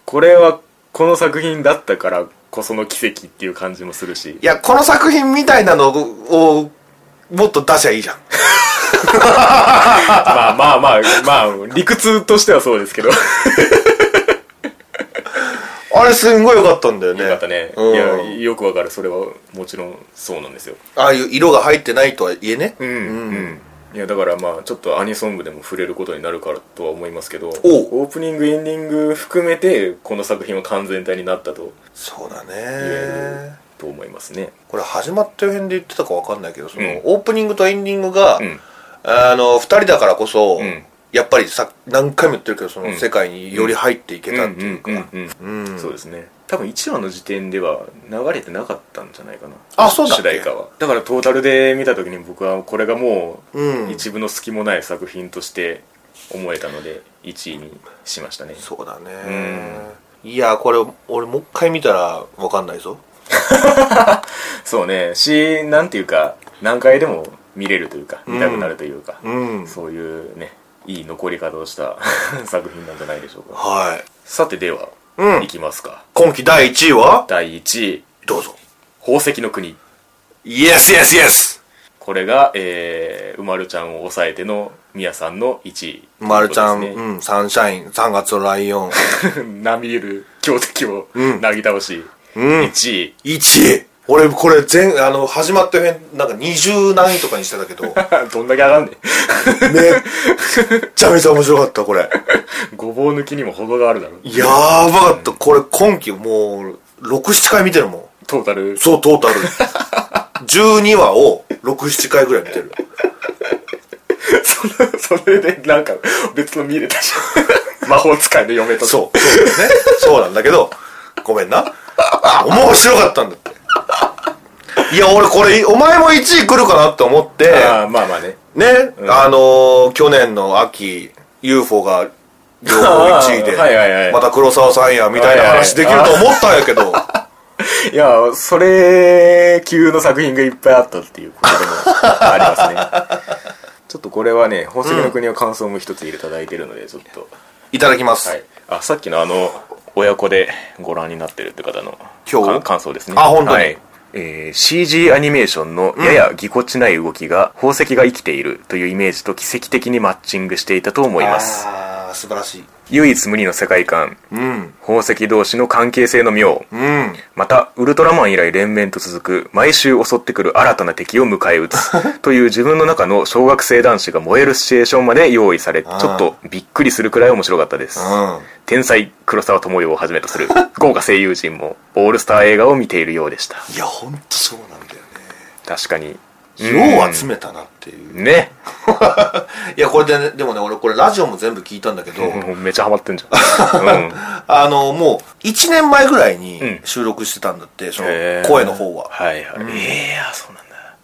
Speaker 1: これはこの作品だったからこその奇跡っていう感じもするし
Speaker 2: や、この作品みたいなのを、もっと出しゃいいじゃん。
Speaker 1: まあまあまあまあ理屈としてはそうですけどよ
Speaker 2: あれ、すんごい良かったんだよね。
Speaker 1: かったね、
Speaker 2: う
Speaker 1: い
Speaker 2: ん
Speaker 1: やよくわかるそれはもちろんそうなんですよ
Speaker 2: ああいう色が入ってないとはいえね。
Speaker 1: うんうん、いやだからまあちょっとアニソン部でも触れることになるからとは思いますけど
Speaker 2: お
Speaker 1: オープニングエンディング含めてこの作品は完全体になったと
Speaker 2: そうだ
Speaker 1: え
Speaker 2: ね。
Speaker 1: と思いますね
Speaker 2: これ始まった辺で言ってたか分かんないけどその、
Speaker 1: うん
Speaker 2: オープニングとエンディングが、
Speaker 1: ん
Speaker 2: あの2人だからこそ、
Speaker 1: うん
Speaker 2: やっぱりさ何回も言ってるけどそ
Speaker 1: う
Speaker 2: の、
Speaker 1: ん
Speaker 2: 世界により入っていけたっていうか、
Speaker 1: んうん
Speaker 2: うん
Speaker 1: そうですね多分1話の時点では流れてなかったんじゃないかな
Speaker 2: あそうだっけ
Speaker 1: 主題歌はだからトータルで見た時に僕はこれがも
Speaker 2: うん
Speaker 1: う一部の隙もない作品として思えたので1位にしましたね
Speaker 2: そうだね、いやこれ俺もう一回見たら分かんないぞ
Speaker 1: そうねしなんていうか何回でも見れるというか
Speaker 2: うん
Speaker 1: 見たくなるというか、
Speaker 2: うん
Speaker 1: そういうねいい残り方をした 作品なんじゃないでしょうか
Speaker 2: はい
Speaker 1: さてでは、
Speaker 2: うん
Speaker 1: いきますか
Speaker 2: 今期第1位は
Speaker 1: 第1位
Speaker 2: どうぞ
Speaker 1: 宝石の国
Speaker 2: イエスイエスイエス
Speaker 1: これが、えー、うまるちゃんを抑えてのみやさんの1位
Speaker 2: まるちゃん、
Speaker 1: という
Speaker 2: う
Speaker 1: こ
Speaker 2: ん、サンシャイン3月のライオン
Speaker 1: とですね 並みゆる強敵を
Speaker 2: うん
Speaker 1: なぎ倒し、
Speaker 2: うん
Speaker 1: 1位
Speaker 2: 1位俺これ全あの始まった辺なんか20何位とかにしてたけ ど
Speaker 1: どんだけ上がんねん
Speaker 2: めっちゃめちゃ面白かった、これ。
Speaker 1: ごぼう抜きにも程があるだろ
Speaker 2: やーばかった。これ今季もう、6、7回見てるもん。
Speaker 1: トータル
Speaker 2: そう、トータル。12話 を6、7回ぐらい見てる。
Speaker 1: その それでなんか別の見れたじゃん 魔法使いの嫁とか
Speaker 2: そう、そうだね。そうなんだけど、ごめんな。面白かったんだって。いや、俺これ、お前も1位来るかなって思って、
Speaker 1: あーまあまあね
Speaker 2: ね、あのー去年の秋、UFO が、両方1位
Speaker 1: あーはいはいは
Speaker 2: で、
Speaker 1: い
Speaker 2: また黒沢さんや、みたいな話できると思ったんやけど、
Speaker 1: いやそれ級の作品がいっぱいあったっていうことでもあり ますねちょっとこれはね宝石の国は感想も一つ入れていただいてるのでちょっと、
Speaker 2: いただきます。
Speaker 1: はい、あさっきのあの親子でご覧になってるって方の
Speaker 2: 今日
Speaker 1: か感想ですね
Speaker 2: あ本当に
Speaker 1: はいえー CG アニメーションのややぎこちない動きが宝石が生きているというイメージと奇跡的にマッチングしていたと思います
Speaker 2: あー素晴らしい。
Speaker 1: 唯一無二の世界観
Speaker 2: うん。
Speaker 1: 宝石同士の関係性の妙
Speaker 2: うん。
Speaker 1: またウルトラマン以来連綿と続く毎週襲ってくる新たな敵を迎え撃 つという自分の中の小学生男子が燃えるシチュエーションまで用意されちょ
Speaker 2: あー
Speaker 1: っとびっくりするくらい面白かったです天才黒沢智代をはじめとする豪華声優陣もオールスター映画を見ているようでした
Speaker 2: いや、ほんとそうなんだよ
Speaker 1: 確かに
Speaker 2: ね。よう集めたなっていう。
Speaker 1: うんね
Speaker 2: いや、これでね、でもね、俺これラジオも全部聞いたんだけど、
Speaker 1: もうめちゃハマってんじ ゃん、うん、
Speaker 2: あの、もう、1年前ぐらいに
Speaker 1: うん
Speaker 2: 収録してたんだって、その
Speaker 1: へー、
Speaker 2: 声の方は。
Speaker 1: はいはい、いやそうなんだ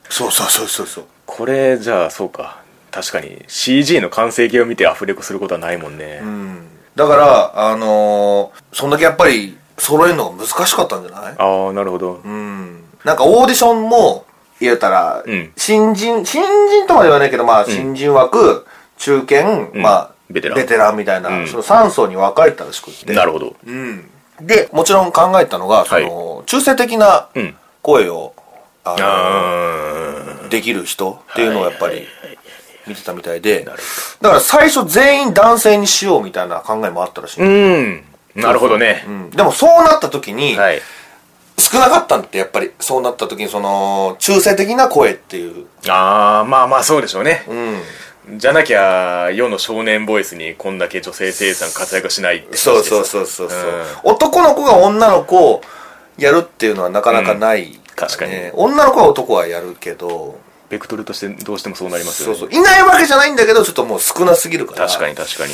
Speaker 2: そうそうそうそうそう。
Speaker 1: これじゃあそうか確かに CG の完成形を見てアフレコすることはないもんね、
Speaker 2: うん。だから、あのーそんだけやっぱり、揃えるのが難しかったんじゃない
Speaker 1: ああなるほど、
Speaker 2: うん。なんかオーディションも、言うたら、
Speaker 1: うん
Speaker 2: 新人、新人とまでは言わないけど、まあ、新人枠、中堅、
Speaker 1: うん
Speaker 2: まあ、
Speaker 1: ベテラン
Speaker 2: みたいな、
Speaker 1: うん
Speaker 2: その3層に分かれてたらしくって。
Speaker 1: なるほど
Speaker 2: うん。で、もちろん考えたのが、その、中性的な
Speaker 1: うん
Speaker 2: 声を、あ
Speaker 1: あ
Speaker 2: のできる人っていうのをやっぱ
Speaker 1: は
Speaker 2: り
Speaker 1: い
Speaker 2: 見てたみたい
Speaker 1: る
Speaker 2: で、だから最初全員男性にしようみたいな考えもあったらしい。
Speaker 1: ーうんなるほどね
Speaker 2: うんでもそうなった時に、
Speaker 1: はい
Speaker 2: 少なかったんってやっぱりそうなった時にその中性的な声っていう、
Speaker 1: ああまあまあそうでしょうね
Speaker 2: うん、
Speaker 1: じゃなきゃ世の少年ボイスにこんだけ女性生産活躍しないって話です
Speaker 2: そうそうそうそうそう、男の子が女の子をやるっていうのはなかなかない、
Speaker 1: 確かに
Speaker 2: 女の子は男はやるけど
Speaker 1: ベクトルとしてどうしてもそうなりますよ
Speaker 2: そう
Speaker 1: ね
Speaker 2: そういないわけじゃないんだけどちょっともう少なすぎるから
Speaker 1: 確かに確かに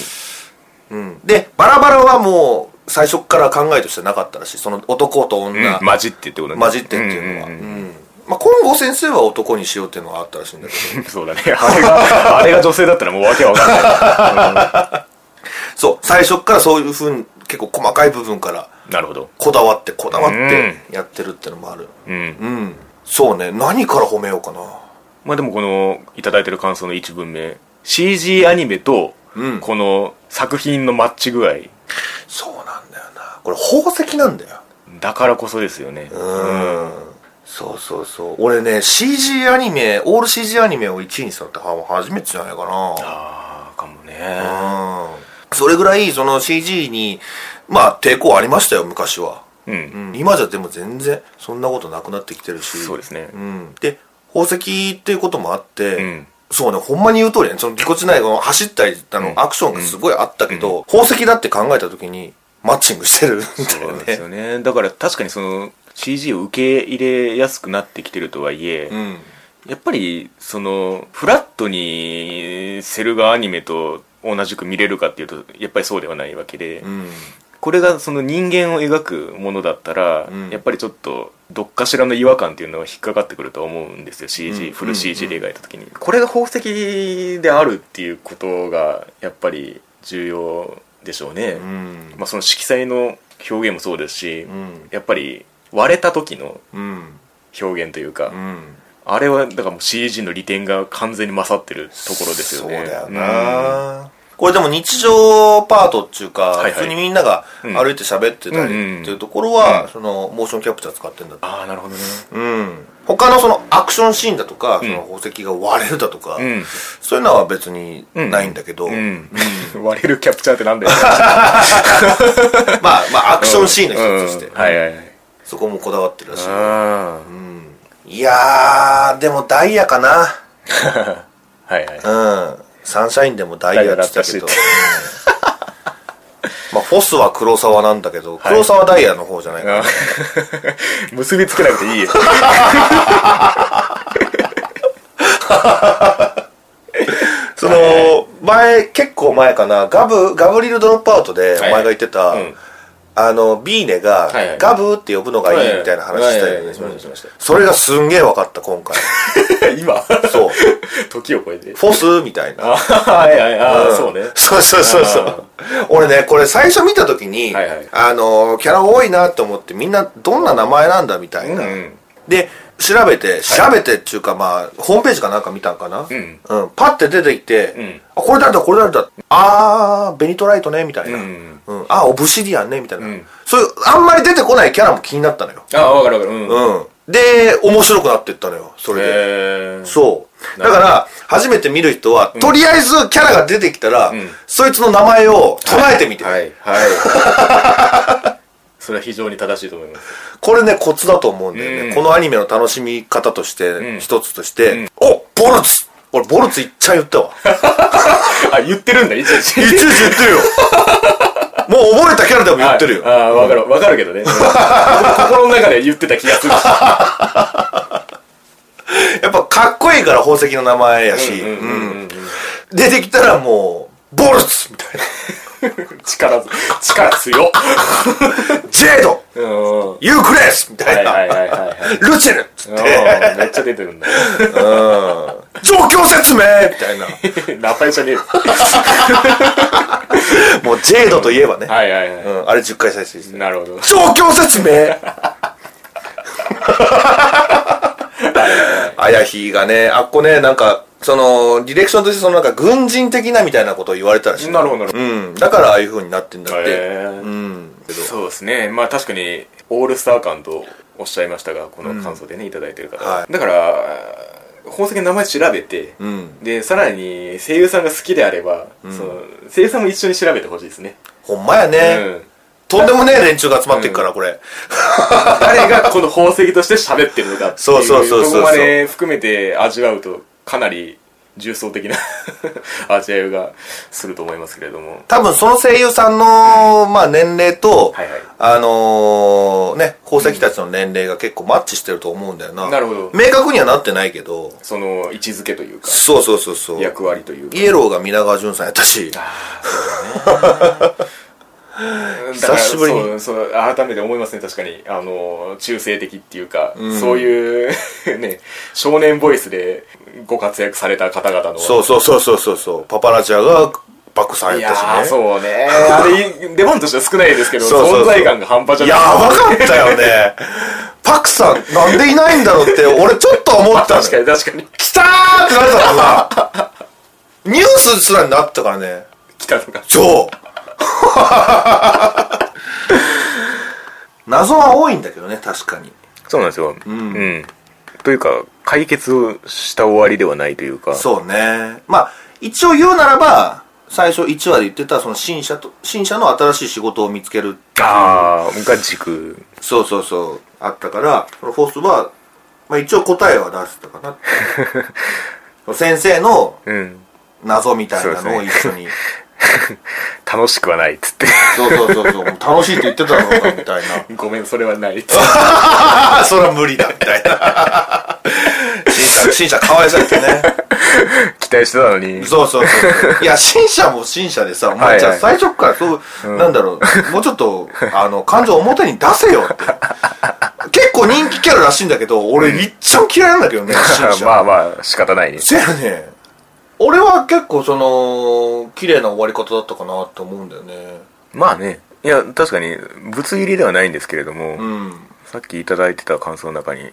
Speaker 2: うん、でバラバラはもう最初から考えとしてなかったらしいその男と女、
Speaker 1: うん混じってってことね
Speaker 2: 混じってっていうのは、
Speaker 1: んん
Speaker 2: うんまあ、金剛先生は男にしようっていうのはあったらしいんだけど
Speaker 1: うん そうだねあれがあれが女性だったらもうわけわかんない
Speaker 2: そう、最初からそういうふうに、結構細かい部分から
Speaker 1: なるほど
Speaker 2: こだわってこだわってやってるってのもある
Speaker 1: うん
Speaker 2: うん、そうね何から褒めようかな
Speaker 1: まあでもこのいただいてる感想の一文目 CG アニメと
Speaker 2: うん
Speaker 1: この作品のマッチ具合
Speaker 2: そうなんだよなこれ宝石なんだよ
Speaker 1: だからこそですよね
Speaker 2: うんそうそうそう俺ね CG アニメオール CG アニメを1位にしたのっては初めてじゃないかな
Speaker 1: ああかもね
Speaker 2: うんそれぐらいその CG にまあ抵抗ありましたよ昔は、
Speaker 1: う
Speaker 2: うんん、今じゃでも全然そんなことなくなってきてるし
Speaker 1: そうですね
Speaker 2: うん、で宝石っていうこともあって、
Speaker 1: うん
Speaker 2: そうねほんまに言う通りねそのぎこちないこの走ったりあの、アクションがすごいあったけど、宝石だって考えた時にマッチングしてるんだ
Speaker 1: そう
Speaker 2: よ
Speaker 1: なん
Speaker 2: ね
Speaker 1: ですよねだから確かにその CG を受け入れやすくなってきてるとはいえ、
Speaker 2: うん
Speaker 1: やっぱりそのフラットにセルガアニメと同じく見れるかっていうとやっぱりそうではないわけで、
Speaker 2: うん
Speaker 1: これがその人間を描くものだったら、
Speaker 2: うん
Speaker 1: やっぱりちょっとどっかしらの違和感っていうのは引っかかってくると思うんですよ CG、
Speaker 2: うん
Speaker 1: フル CG で描いた時に、これが宝石であるっていうことがやっぱり重要でしょうね、
Speaker 2: うん
Speaker 1: まあ、その色彩の表現もそうですし、
Speaker 2: うん
Speaker 1: やっぱり割れた時の
Speaker 2: うん
Speaker 1: 表現というか、
Speaker 2: うん
Speaker 1: あれはだからもう CG の利点が完全に勝ってるところですよね
Speaker 2: そうだよな、これでも日常パートっていうか、
Speaker 1: いはい
Speaker 2: 普通にみんなが
Speaker 1: うん
Speaker 2: 歩いて喋ってたり
Speaker 1: うん
Speaker 2: っていうところは、
Speaker 1: うん
Speaker 2: そのモーションキャプチャー使ってんだって
Speaker 1: ああなるほどね
Speaker 2: うん他のそのアクションシーンだとか、
Speaker 1: ん
Speaker 2: その宝石が割れるだとか、
Speaker 1: うん
Speaker 2: そういうのは別にないんだけど、
Speaker 1: うん、割れるキャプチャーってなんだよ
Speaker 2: まあまあアクションシーンの一つとして、
Speaker 1: うんはいはいはい
Speaker 2: そこもこだわってるらしい、
Speaker 1: あ
Speaker 2: うんいやーでもダイヤかな
Speaker 1: あはいはい
Speaker 2: うんサンシャインでもダイヤって言ってたけど、
Speaker 1: ダイヤだったし
Speaker 2: うんまあフォスは黒沢なんだけど、黒沢ダイヤの方じゃないかな、
Speaker 1: あ 結びつけなくていいよ
Speaker 2: その、前結構前かなガブガブリルドロップアウトでお前が言ってた、
Speaker 1: いうん
Speaker 2: あのビーネが
Speaker 1: はいはい
Speaker 2: ガブって呼ぶのがいいみたいな話したよ
Speaker 1: はいはいは
Speaker 2: ね
Speaker 1: いしましたしました
Speaker 2: それがすんげえ分かった今 回
Speaker 1: 今
Speaker 2: そう
Speaker 1: 時を超えて
Speaker 2: フォスみたいな
Speaker 1: はいはいああ
Speaker 2: ん
Speaker 1: そうね
Speaker 2: そうそうそうそ
Speaker 1: あ
Speaker 2: う俺ねこれ最初見た時に、
Speaker 1: はいはい
Speaker 2: あのキャラ多いなと思ってみんなどんな名前なんだみたいな、
Speaker 1: うん
Speaker 2: で調べて調べてっていうか、まあホームページかなんか見たんかな、
Speaker 1: ん
Speaker 2: うんパッて出てきて、
Speaker 1: ん
Speaker 2: あこれ誰だこれ誰だあーベニトライトねみたいな、
Speaker 1: うん
Speaker 2: うんあオブシディアンねみたいな、
Speaker 1: ん
Speaker 2: そういうあんまり出てこないキャラも気になったのよ
Speaker 1: ああ分かる分かるうん
Speaker 2: うん。で、面白くなってったのよ、それで。
Speaker 1: へえ
Speaker 2: そう。だから、初めて見る人は、とりあえずキャラが出てきたら、
Speaker 1: ん
Speaker 2: そいつの名前を唱えてみて。
Speaker 1: はいはい それは非常に正しいと思います
Speaker 2: これね、コツだと思うんだよね。
Speaker 1: うん
Speaker 2: このアニメの楽しみ方として、
Speaker 1: ん
Speaker 2: 一つとして、おボルツ俺、ボルツいっちゃん言った わ。
Speaker 1: あ言ってるんだいちい ち
Speaker 2: いちいち言ってるよ。もう覚えたキャラでも言ってるよ。
Speaker 1: ああ分かる分かるけどね心の中で言ってた気がする
Speaker 2: やっぱかっこいいから宝石の名前やし、
Speaker 1: うんうんうんうん
Speaker 2: うん出てきたらもう、ボルツみたい
Speaker 1: 力力強っ
Speaker 2: な。ジェード
Speaker 1: うんは
Speaker 2: ユークレスみたい
Speaker 1: い
Speaker 2: な。
Speaker 1: はいはいはいはい
Speaker 2: ルチェルつって、
Speaker 1: あーめっちゃ出てるんだ
Speaker 2: 状況説明みた いな。
Speaker 1: 仲良じゃねえよ
Speaker 2: もう、ジェードといえばね。
Speaker 1: はいはいは
Speaker 2: うん、あれ10回再生し
Speaker 1: い
Speaker 2: て。
Speaker 1: なるほど
Speaker 2: 状況説 明あやひがね、あっこね、なんか、その、ディレクションとして、そのなんか、軍人的なみたいなことを言われたらしい。
Speaker 1: なるほどなるほ
Speaker 2: うん。だから、ああいう風になってんだって。
Speaker 1: へー
Speaker 2: うん。けど
Speaker 1: そうですねまあ確かにオールスター感とおっしゃいましたがこの感想でね、頂いただいてる方、
Speaker 2: は
Speaker 1: だから宝石の名前調べて、
Speaker 2: うん。
Speaker 1: でさらに声優さんが好きであれば、その声優さんも一緒に調べてほしいですね、
Speaker 2: ほんまや
Speaker 1: う
Speaker 2: ね。
Speaker 1: ん、
Speaker 2: とんでもねえ連中が集まってっから、これ。
Speaker 1: 誰がこの宝石として喋ってるのかって
Speaker 2: そう
Speaker 1: い
Speaker 2: そう
Speaker 1: う
Speaker 2: そう
Speaker 1: と
Speaker 2: そう
Speaker 1: こまで含めて味わうとかなり重層的な 味わいがすると思いますけれども
Speaker 2: 多分その声優さんの、まあ年齢と、
Speaker 1: はいはい
Speaker 2: あのーね、宝石たちの年齢が結構マッチしてると思うんだよな。
Speaker 1: なるほど
Speaker 2: 明確にはなってないけど、
Speaker 1: その位置づけというか
Speaker 2: そうそうそうそう。
Speaker 1: 役割というか
Speaker 2: イエローが皆川淳さんやったし、
Speaker 1: だから
Speaker 2: 久しぶりに
Speaker 1: そうそう改めて思いますね確かにあの中性的っていうか、そういう ね少年ボイスでご活躍された方々の
Speaker 2: そうそうそうそうそうそう、パパラチアが爆さん
Speaker 1: い
Speaker 2: やったし
Speaker 1: やー
Speaker 2: ね
Speaker 1: そうねあれ出番としては少ないですけど
Speaker 2: そうそうそう
Speaker 1: 存在感が半端じゃ
Speaker 2: や
Speaker 1: ない
Speaker 2: ばかったよねパクさんなんでいないんだろうって俺ちょっと思ったの
Speaker 1: 確かに確かに
Speaker 2: 来たーってなってたからさニュースすらになったからね
Speaker 1: 来たのが
Speaker 2: そう 謎は多いんだけどね確かに
Speaker 1: そうなんですようんというか解決をした終わりではないというか
Speaker 2: そうねまあ一応言うならば最初1話で言ってたその新社と新社の新しい仕事を見つける
Speaker 1: ああが軸
Speaker 2: そうそうそうあったからそのフォースは、まあ、一応答えは出せたかなって 先生の
Speaker 1: うん
Speaker 2: 謎みたいなのを一緒に
Speaker 1: 楽しくはないっつって
Speaker 2: そう,、そうそうそう楽しいって言ってたのかみたい な
Speaker 1: ごめんそれはない っつって
Speaker 2: ああそれは無理だみたいな 新社新社かわいそうやってね
Speaker 1: 期待してたの に
Speaker 2: そうそ うそう。いや、新社も新社でさ、お
Speaker 1: はいは
Speaker 2: 前
Speaker 1: い
Speaker 2: じゃあ最初からそう、なんだろう、もうちょっと、あの、感情を表に出 せよって。結構人気キャラらしいんだけど、俺、いっちゃん嫌いなんだ けどね、新社。
Speaker 1: まあまあ仕方ないね
Speaker 2: せやね。俺は結構その、綺麗な終わり方だったかなって思うんだよね。
Speaker 1: まあねいや確かに物入りではないんですけれども、
Speaker 2: うん。
Speaker 1: さっきいただいてた感想の中に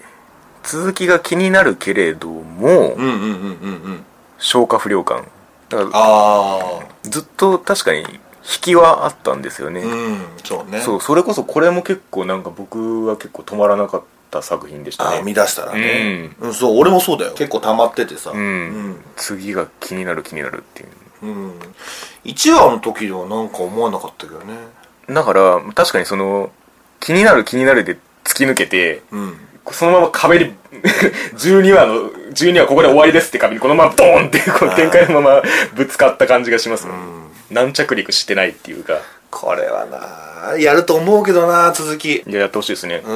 Speaker 1: 続きが気になるけれども、
Speaker 2: うんうんうんうんうん。
Speaker 1: 消化不良感だから
Speaker 2: ああ。
Speaker 1: ずっと確かに引きはあったんですよね、
Speaker 2: うん、そう ね。
Speaker 1: そうそれこそこれも結構なんか僕は結構止まらなかった作品でした
Speaker 2: あ
Speaker 1: ね
Speaker 2: あ、見出したらね。うん、そう、俺もそうだよ。結構溜まっててさ。
Speaker 1: うん、
Speaker 2: うん
Speaker 1: 次が気になる気になるっていう
Speaker 2: うん、1話の時ではなんか思わなかったけどね
Speaker 1: だから確かにその気になる気になるで突き抜けて
Speaker 2: うん
Speaker 1: そのまま壁に 12話の12話ここで終わりですって壁にこのままドーンってこう展開のままぶつかった感じがしますもん、軟着陸してないっていうか
Speaker 2: これはなやると思うけどな続き
Speaker 1: いややってほしいですね
Speaker 2: う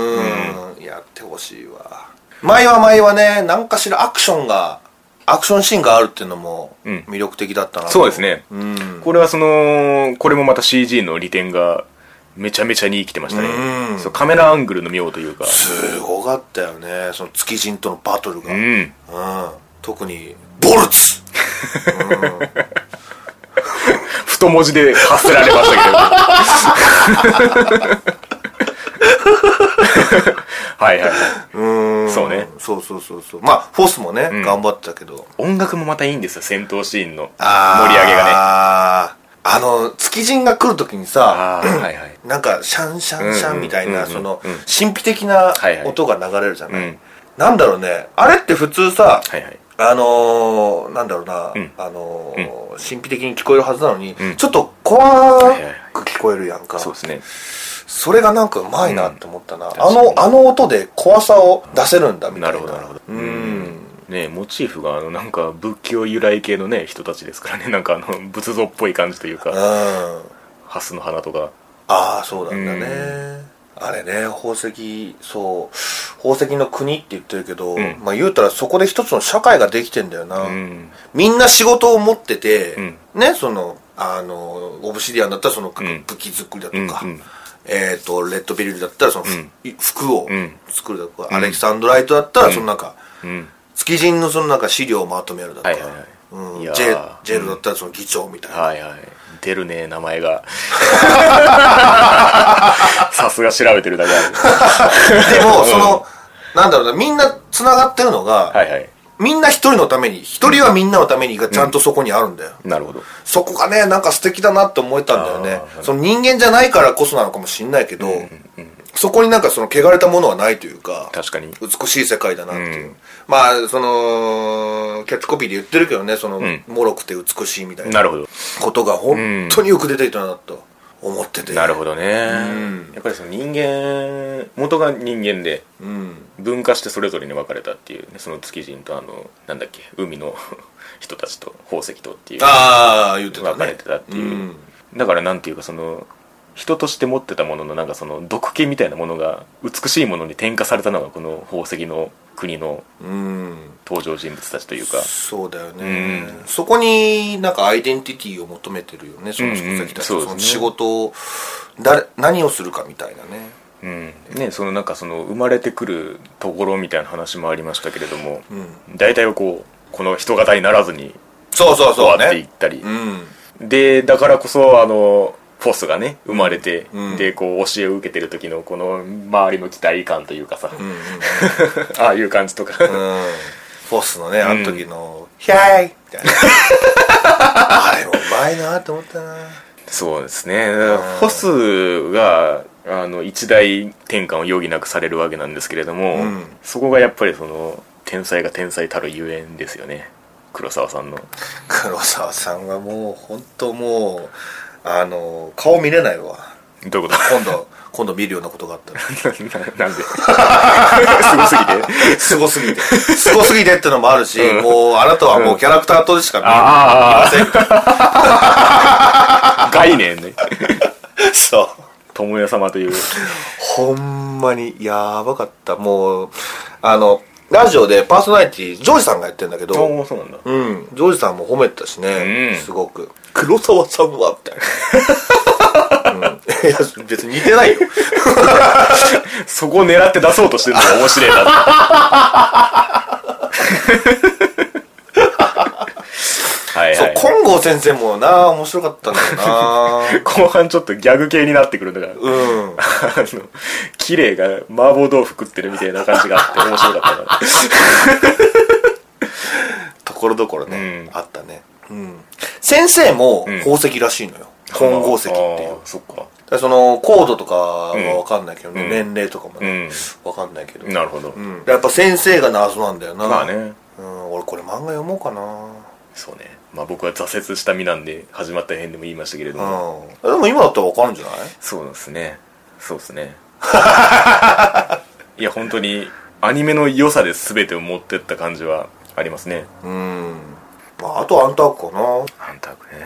Speaker 2: ん、やってほしいわ前は前はね何かしらアクションがアクションシーンがあるっていうのも
Speaker 1: うん
Speaker 2: 魅力的だったなと、
Speaker 1: そうですね
Speaker 2: うん
Speaker 1: これはそのこれもまた CG の利点がめちゃめちゃに生きてましたね、
Speaker 2: うん
Speaker 1: そうカメラアングルの妙というか
Speaker 2: すごかったよねその月人とのバトルが
Speaker 1: う
Speaker 2: うん、
Speaker 1: ん
Speaker 2: 特にボルツ
Speaker 1: 太文字で発せられましたけど はいはい、はい、
Speaker 2: うん
Speaker 1: そうね
Speaker 2: そうそうそうそうまあフォースもね、
Speaker 1: ん
Speaker 2: 頑張ってたけど
Speaker 1: 音楽もまたいいんですよ戦闘シーンの
Speaker 2: あー
Speaker 1: 盛り上げがね
Speaker 2: あの月人が来るときにさ
Speaker 1: ああはいはい
Speaker 2: なんかシャンシャンシャンみたい
Speaker 1: うんう
Speaker 2: な
Speaker 1: んうん
Speaker 2: その
Speaker 1: うん
Speaker 2: 神秘的な
Speaker 1: はいはい
Speaker 2: 音が流れるじゃない、
Speaker 1: うん
Speaker 2: なんだろうねあれって普通さ、
Speaker 1: はいはい
Speaker 2: あのー、なんだろうな、
Speaker 1: うん
Speaker 2: あのー神秘的に聞こえるはずなのに、
Speaker 1: うん
Speaker 2: ちょっと怖
Speaker 1: いはいはい
Speaker 2: く聞こえるやんか、
Speaker 1: そうですね
Speaker 2: それがなんかうまいなって思ったな、
Speaker 1: ん
Speaker 2: あのあの音で怖さを出せるんだみた
Speaker 1: な
Speaker 2: いな
Speaker 1: るほどなるほど
Speaker 2: うん、
Speaker 1: ねモチーフがあのなんか仏教由来系のね人たちですからねなんかあの仏像っぽい感じという
Speaker 2: うん
Speaker 1: か
Speaker 2: あ
Speaker 1: 蓮の花とか
Speaker 2: あそうなんだね、あれね宝石そう宝石の国って言ってるけど、
Speaker 1: ん
Speaker 2: まあ言うたらそこで一つの社会ができてんだよな、
Speaker 1: うん
Speaker 2: みんな仕事を持ってて、
Speaker 1: うん
Speaker 2: ね、その、あの、オブシディアンだったらその
Speaker 1: ん
Speaker 2: 武器作りだとか、
Speaker 1: うんうん
Speaker 2: えっ、と、レッドビルだったらその、
Speaker 1: ん
Speaker 2: 服を
Speaker 1: うん
Speaker 2: 作るだとか、アレキサンドライトだったらそのなんか、
Speaker 1: うん
Speaker 2: 築人のそのなんか資料をまとめるだとか、
Speaker 1: はいはいはい
Speaker 2: うん
Speaker 1: いやー
Speaker 2: ジェジェルだったらその議長みたいな。
Speaker 1: はいはい出るね名前が さすが調べてるだけあ
Speaker 2: でも、その、なんだろうな、みんな繋がってるのが、
Speaker 1: るはいはい
Speaker 2: みんな一人のために、一人はみんなのためにがちゃんとそこにあるんだよ。
Speaker 1: なるほど
Speaker 2: そこがね、なんか素敵だなって思えたんだよね
Speaker 1: あ。ー
Speaker 2: その人間じゃないからこそなのかもしんないけど、そこになんかその汚れたものはないというか、
Speaker 1: 確かに
Speaker 2: 美しい世界だなっていう。
Speaker 1: うん
Speaker 2: まあ、その、キャッチコピーで言ってるけどね、その、
Speaker 1: ん
Speaker 2: 脆くて美しいみたい
Speaker 1: な
Speaker 2: な
Speaker 1: るほど
Speaker 2: ことが本当によく出ていたなと思ってて。
Speaker 1: なるほどね
Speaker 2: うん
Speaker 1: やっぱりその人間元が人間で
Speaker 2: うん。
Speaker 1: 分化してそれぞれに分かれたっていうねその月人とあのなんだっけ海の 人たちと宝石とっていう
Speaker 2: ああ、言ってたね。
Speaker 1: 分かれてたっていう、
Speaker 2: ん
Speaker 1: だからなんていうかその人として持ってたもののなんかその毒気みたいなものが美しいものに転化されたのがこの宝石の国の
Speaker 2: うん。
Speaker 1: 登場人物たちというか
Speaker 2: そうだよね、そこになんかアイデンティティを求めてるよねその人たちたち、
Speaker 1: うんうんそうですね
Speaker 2: その仕事を誰何をするかみたいなね
Speaker 1: うんね、そのなんかその生まれてくるところみたいな話もありましたけれども、
Speaker 2: ん
Speaker 1: 大体はこうこの人型にならずに
Speaker 2: そうそう
Speaker 1: 終わ
Speaker 2: そう
Speaker 1: っていっ
Speaker 2: ね
Speaker 1: たり、
Speaker 2: うん
Speaker 1: でだからこそあのフォスがね生まれて、
Speaker 2: うん
Speaker 1: でこう教えを受けてる時のこの周りの期待感というかさ、
Speaker 2: うんうん
Speaker 1: ああいう感じとか、
Speaker 2: うんフォースのねあの時の「ヒャーイ!」み たいなあれもうまいなと思ったな
Speaker 1: そうですねフォスがあの一大転換を余儀なくされるわけなんですけれども、
Speaker 2: うん
Speaker 1: そこがやっぱりその天才が天才たるゆえんですよね黒沢さんの
Speaker 2: 黒沢さんはもう本当もうあの顔見れないわ
Speaker 1: どういうこと
Speaker 2: 今度今度見るようなことがあ ったら
Speaker 1: ななんですごすぎて
Speaker 2: すごすぎてすごすぎてってのもあるし、
Speaker 1: うん
Speaker 2: もうあなたはもうキャラクターとしか見え
Speaker 1: あ
Speaker 2: ません、
Speaker 1: あ概念ね
Speaker 2: そう
Speaker 1: 友也様という
Speaker 2: ほんまにやばかったもうあのラジオでパーソナリティジョージさんがやってるんだけど、
Speaker 1: おおそうなんだ
Speaker 2: うん、ジョージさんも褒めてたしね、
Speaker 1: うん
Speaker 2: すごく黒沢さんはみたいな、うん、いや別に似てないよ
Speaker 1: そこを狙って出そうとしてるのが面白いなってはい
Speaker 2: そ
Speaker 1: は
Speaker 2: う
Speaker 1: い
Speaker 2: 金剛先生もな面白かったんだよ
Speaker 1: 後半ちょっとギャグ系になってくるんだから
Speaker 2: なうん
Speaker 1: あの綺麗が麻婆豆腐食ってるみたいな感じがあって面白かったな
Speaker 2: ところどころね、
Speaker 1: うん
Speaker 2: あったね、うん、先生も
Speaker 1: うん
Speaker 2: 宝石らしいのよ、金剛石っていう
Speaker 1: あーそっか
Speaker 2: だからその高度とかは分かんないけどね、
Speaker 1: うん
Speaker 2: 年齢とかも
Speaker 1: う
Speaker 2: ね、
Speaker 1: ん
Speaker 2: 分かんないけど、
Speaker 1: なるほど、
Speaker 2: うん、やっぱ先生が謎なんだよな
Speaker 1: まあね
Speaker 2: うん、俺これ漫画読もうかな
Speaker 1: そうねまあ僕は挫折した身なんで始まった辺でも言いましたけれども、
Speaker 2: うん、でも今だったら分かるんじゃない
Speaker 1: そうですねそうですね いや本当にアニメの良さで全てを持ってった感じはありますね
Speaker 2: うん、まあ、あとはアンタークかな
Speaker 1: なんとなくね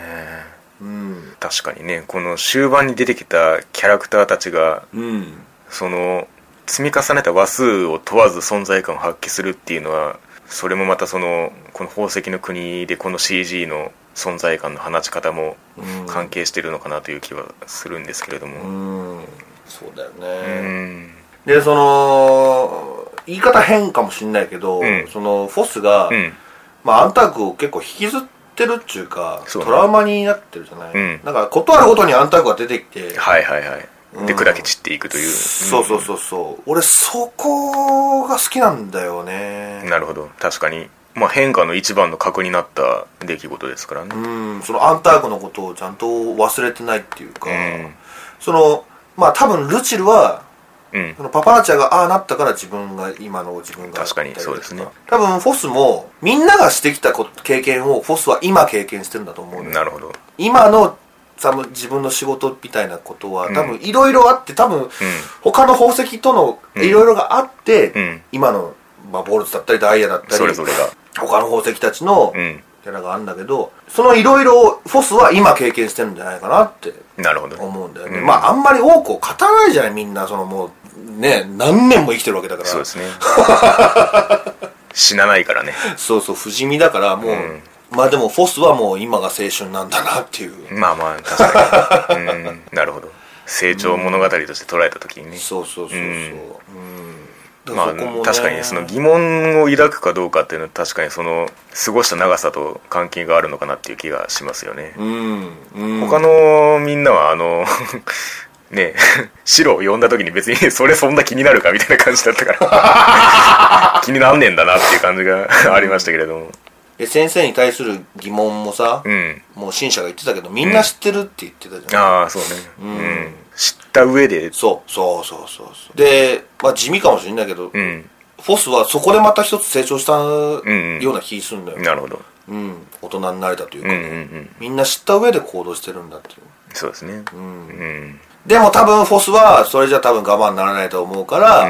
Speaker 2: うん
Speaker 1: 確かにねこの終盤に出てきたキャラクターたちが
Speaker 2: うん
Speaker 1: その積み重ねた話数を問わず存在感を発揮するっていうのはそれもまたそのこの宝石の国でこの CG の存在感の放ち方も
Speaker 2: うん
Speaker 1: 関係してるのかなという気はするんですけれど
Speaker 2: う
Speaker 1: も
Speaker 2: んそうだよ
Speaker 1: う
Speaker 2: ね、
Speaker 1: ん
Speaker 2: でその言い方変かもしんないけど、
Speaker 1: うん
Speaker 2: そのフォスが、
Speaker 1: うん
Speaker 2: まあ、アンタークを結構引きずってるっちゅうか
Speaker 1: そうね
Speaker 2: トラウマになってるじゃない、
Speaker 1: うん
Speaker 2: だからことあるごとにアンタークが出てきて
Speaker 1: はいはいはい、で
Speaker 2: うん
Speaker 1: 砕け散っていくという、
Speaker 2: そうそうそうそう俺そこが好きなんだよね
Speaker 1: なるほど確かに、まあ、変化の一番の核になった出来事ですからね
Speaker 2: うん、そのアンタークのことをちゃんと忘れてないっていうか、
Speaker 1: うん
Speaker 2: そのまあ多分ルチルは
Speaker 1: うん
Speaker 2: そのパパラチャがああなったから自分が今の自分が
Speaker 1: 確かに
Speaker 2: みたいな
Speaker 1: そうですね
Speaker 2: 多分フォスもみんながしてきたこ経験をフォスは今経験してるんだと思うのよ
Speaker 1: なるほど、
Speaker 2: 今の多分自分の仕事みたいなことは
Speaker 1: うん
Speaker 2: 多分いろいろあって多分他の宝石との
Speaker 1: うん
Speaker 2: いろいろがあって、
Speaker 1: うんうん
Speaker 2: 今の、まあ、ボルツだったりダイヤだったり
Speaker 1: それぞれが
Speaker 2: 他の宝石たちの、
Speaker 1: うん
Speaker 2: ってのがあるんだけどそのいろいろフォスは今経験してるんじゃないかなって
Speaker 1: なるほど
Speaker 2: 思うんだよね、
Speaker 1: うん
Speaker 2: まああんまり多くを語らないじゃないみんなそのもうね何年も生きてるわけだから
Speaker 1: そう ですね死なないからね
Speaker 2: そうそう不死身だからもう、
Speaker 1: うん
Speaker 2: まあでもフォスはもう今が青春なんだなっていう、
Speaker 1: まあまあ確かに、うん、なるほど成長物語として捉えた時にね、
Speaker 2: そうそうそうそう、
Speaker 1: う
Speaker 2: う
Speaker 1: んんま
Speaker 2: だから
Speaker 1: あ、
Speaker 2: そこもね
Speaker 1: 確かにその疑問を抱くかどうかっていうのは確かにその過ごした長さと関係があるのかなっていう気がしますよね、
Speaker 2: うん、うん、
Speaker 1: 他のみんなはあの ねえ白を呼んだ時に別にそれそんな気になるかみたいな感じだったから 気になんねえんだなっていう感じがありましたけれども
Speaker 2: で先生に対する疑問もさ、
Speaker 1: うん
Speaker 2: もう新社が言ってたけどみんな知ってるって言ってたじゃない、
Speaker 1: ああそうねうん、知った上で
Speaker 2: そうそうそうそうそうで、まあ、地味かもしれないけど、
Speaker 1: うん
Speaker 2: フォスはそこでまた一つ成長した
Speaker 1: ん
Speaker 2: ような気するんだよ、
Speaker 1: なるほど
Speaker 2: うん大人になれたという
Speaker 1: う
Speaker 2: か、
Speaker 1: んうんうん
Speaker 2: みんな知った上で行動してるんだっていう
Speaker 1: そうですねうん、うん
Speaker 2: でも多分フォスはそれじゃ多分我慢ならないと思うから、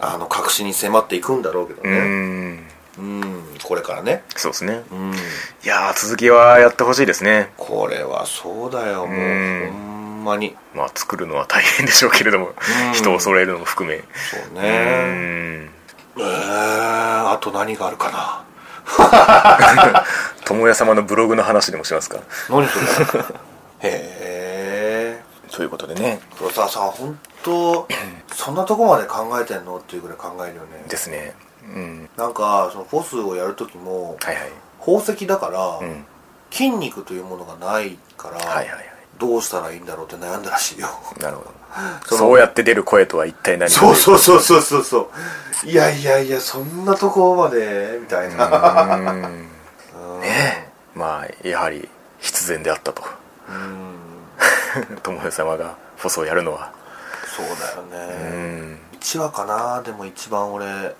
Speaker 2: あの隠しに迫っていくんだろうけど
Speaker 1: う
Speaker 2: ね
Speaker 1: ん、
Speaker 2: うん、これからね
Speaker 1: そうですね
Speaker 2: うん
Speaker 1: いやー続きはやってほしいですね
Speaker 2: これはそうだよもう、
Speaker 1: うん
Speaker 2: ほんまに
Speaker 1: まあ作るのは大変でしょうけれども、人を揃えるのも含め
Speaker 2: そう
Speaker 1: う
Speaker 2: ね
Speaker 1: ん
Speaker 2: えー、あと何があるかな
Speaker 1: 友也様のブログの話でもしますか
Speaker 2: 何そ れへえ
Speaker 1: ということでね
Speaker 2: 黒沢さん本 当そんなとこまで考えてんのっていうぐらい考えるよね
Speaker 1: ですねうん
Speaker 2: なんかそのフォスをやる時も
Speaker 1: はいはい
Speaker 2: 宝石だから、
Speaker 1: うん
Speaker 2: 筋肉というものがないから、
Speaker 1: はいはいはい
Speaker 2: どうしたらいいんだろうって悩んだらし いよ
Speaker 1: なるほ
Speaker 2: そ
Speaker 1: ど
Speaker 2: の
Speaker 1: そうやって出る声とは一体何
Speaker 2: そう
Speaker 1: う
Speaker 2: そうそうそうそうそういやいやいやそんなとこまでみたいな、
Speaker 1: ーん
Speaker 2: うん
Speaker 1: ねえまあやはり必然であったと
Speaker 2: うん
Speaker 1: 友よ様がフォスをやるのは
Speaker 2: そうだよ
Speaker 1: う
Speaker 2: ね、
Speaker 1: ん
Speaker 2: 1話かなでも一番俺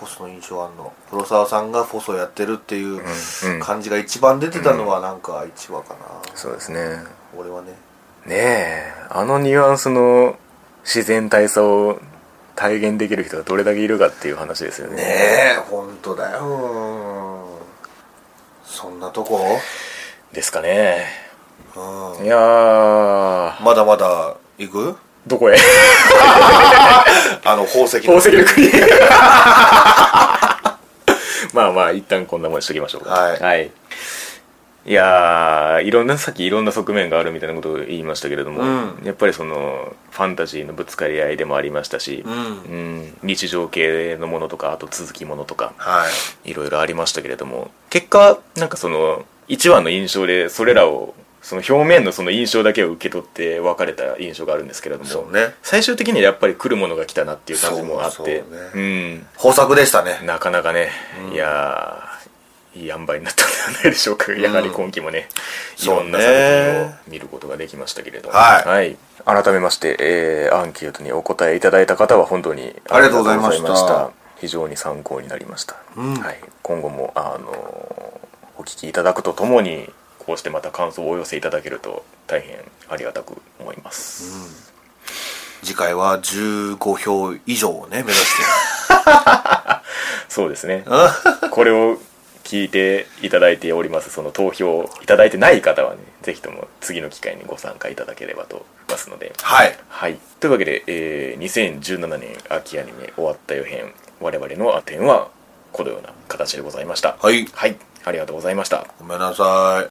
Speaker 2: フォスの印象あんの黒沢さんがフォスをやってるっていう
Speaker 1: うん
Speaker 2: 感じが一番出てたのはなんか1話かな、
Speaker 1: そうですね
Speaker 2: 俺はね
Speaker 1: ねえあのニュアンスの自然体さを体現できる人がどれだけいるかっていう話ですよね
Speaker 2: ねえ本当だよそんなとこ、
Speaker 1: ですかね
Speaker 2: うん
Speaker 1: いやー
Speaker 2: まだまだ行く
Speaker 1: どこへ
Speaker 2: あの 宝石の
Speaker 1: 宝石の国 まあまあ一旦こんなもんにしときましょうか
Speaker 2: はい
Speaker 1: い、いやーいろんなさっきいろんな側面があるみたいなことを言いましたけれども、
Speaker 2: うん
Speaker 1: やっぱりそのファンタジーのぶつかり合いでもありましたし、
Speaker 2: うん
Speaker 1: うん日常系のものとかあと続きものとか
Speaker 2: はい
Speaker 1: いろいろありましたけれども結果なんかその一番の印象でそれらをその表面のその印象だけを受け取って別れた印象があるんですけれど
Speaker 2: そ
Speaker 1: も、
Speaker 2: うね
Speaker 1: 最終的にはやっぱり来るものが来たなっていう感じもあっ
Speaker 2: そう
Speaker 1: て
Speaker 2: そう豊作でしたね
Speaker 1: んなかなかね、いやーいい塩梅になったんではないでしょうか、やはり今期もねい
Speaker 2: そう
Speaker 1: ろ
Speaker 2: ね
Speaker 1: んな作品を見ることができましたけれども、
Speaker 2: はい
Speaker 1: 改めまして、えーアンケートにお答えいただいた方は本当に
Speaker 2: ありがとうございまし
Speaker 1: ありが
Speaker 2: た
Speaker 1: とうございま非常に参考になりました、
Speaker 2: うん
Speaker 1: はい、今後もあのーお聞きいただくとともにこうしてまた感想をお寄せいただけると大変ありがたく思います、
Speaker 2: 次回は15票以上をね目指 して
Speaker 1: そうですね。これを聞いていただいております、その投票いただいてない方はね、ぜひとも次の機会にご参加いただければと思いますので。
Speaker 2: はい
Speaker 1: はい。というわけで、えー2017年秋アニメ終わった予編、我々のアテンはこのような形でございました。
Speaker 2: はい
Speaker 1: はい。ありがとうございました。
Speaker 2: ごめんなさい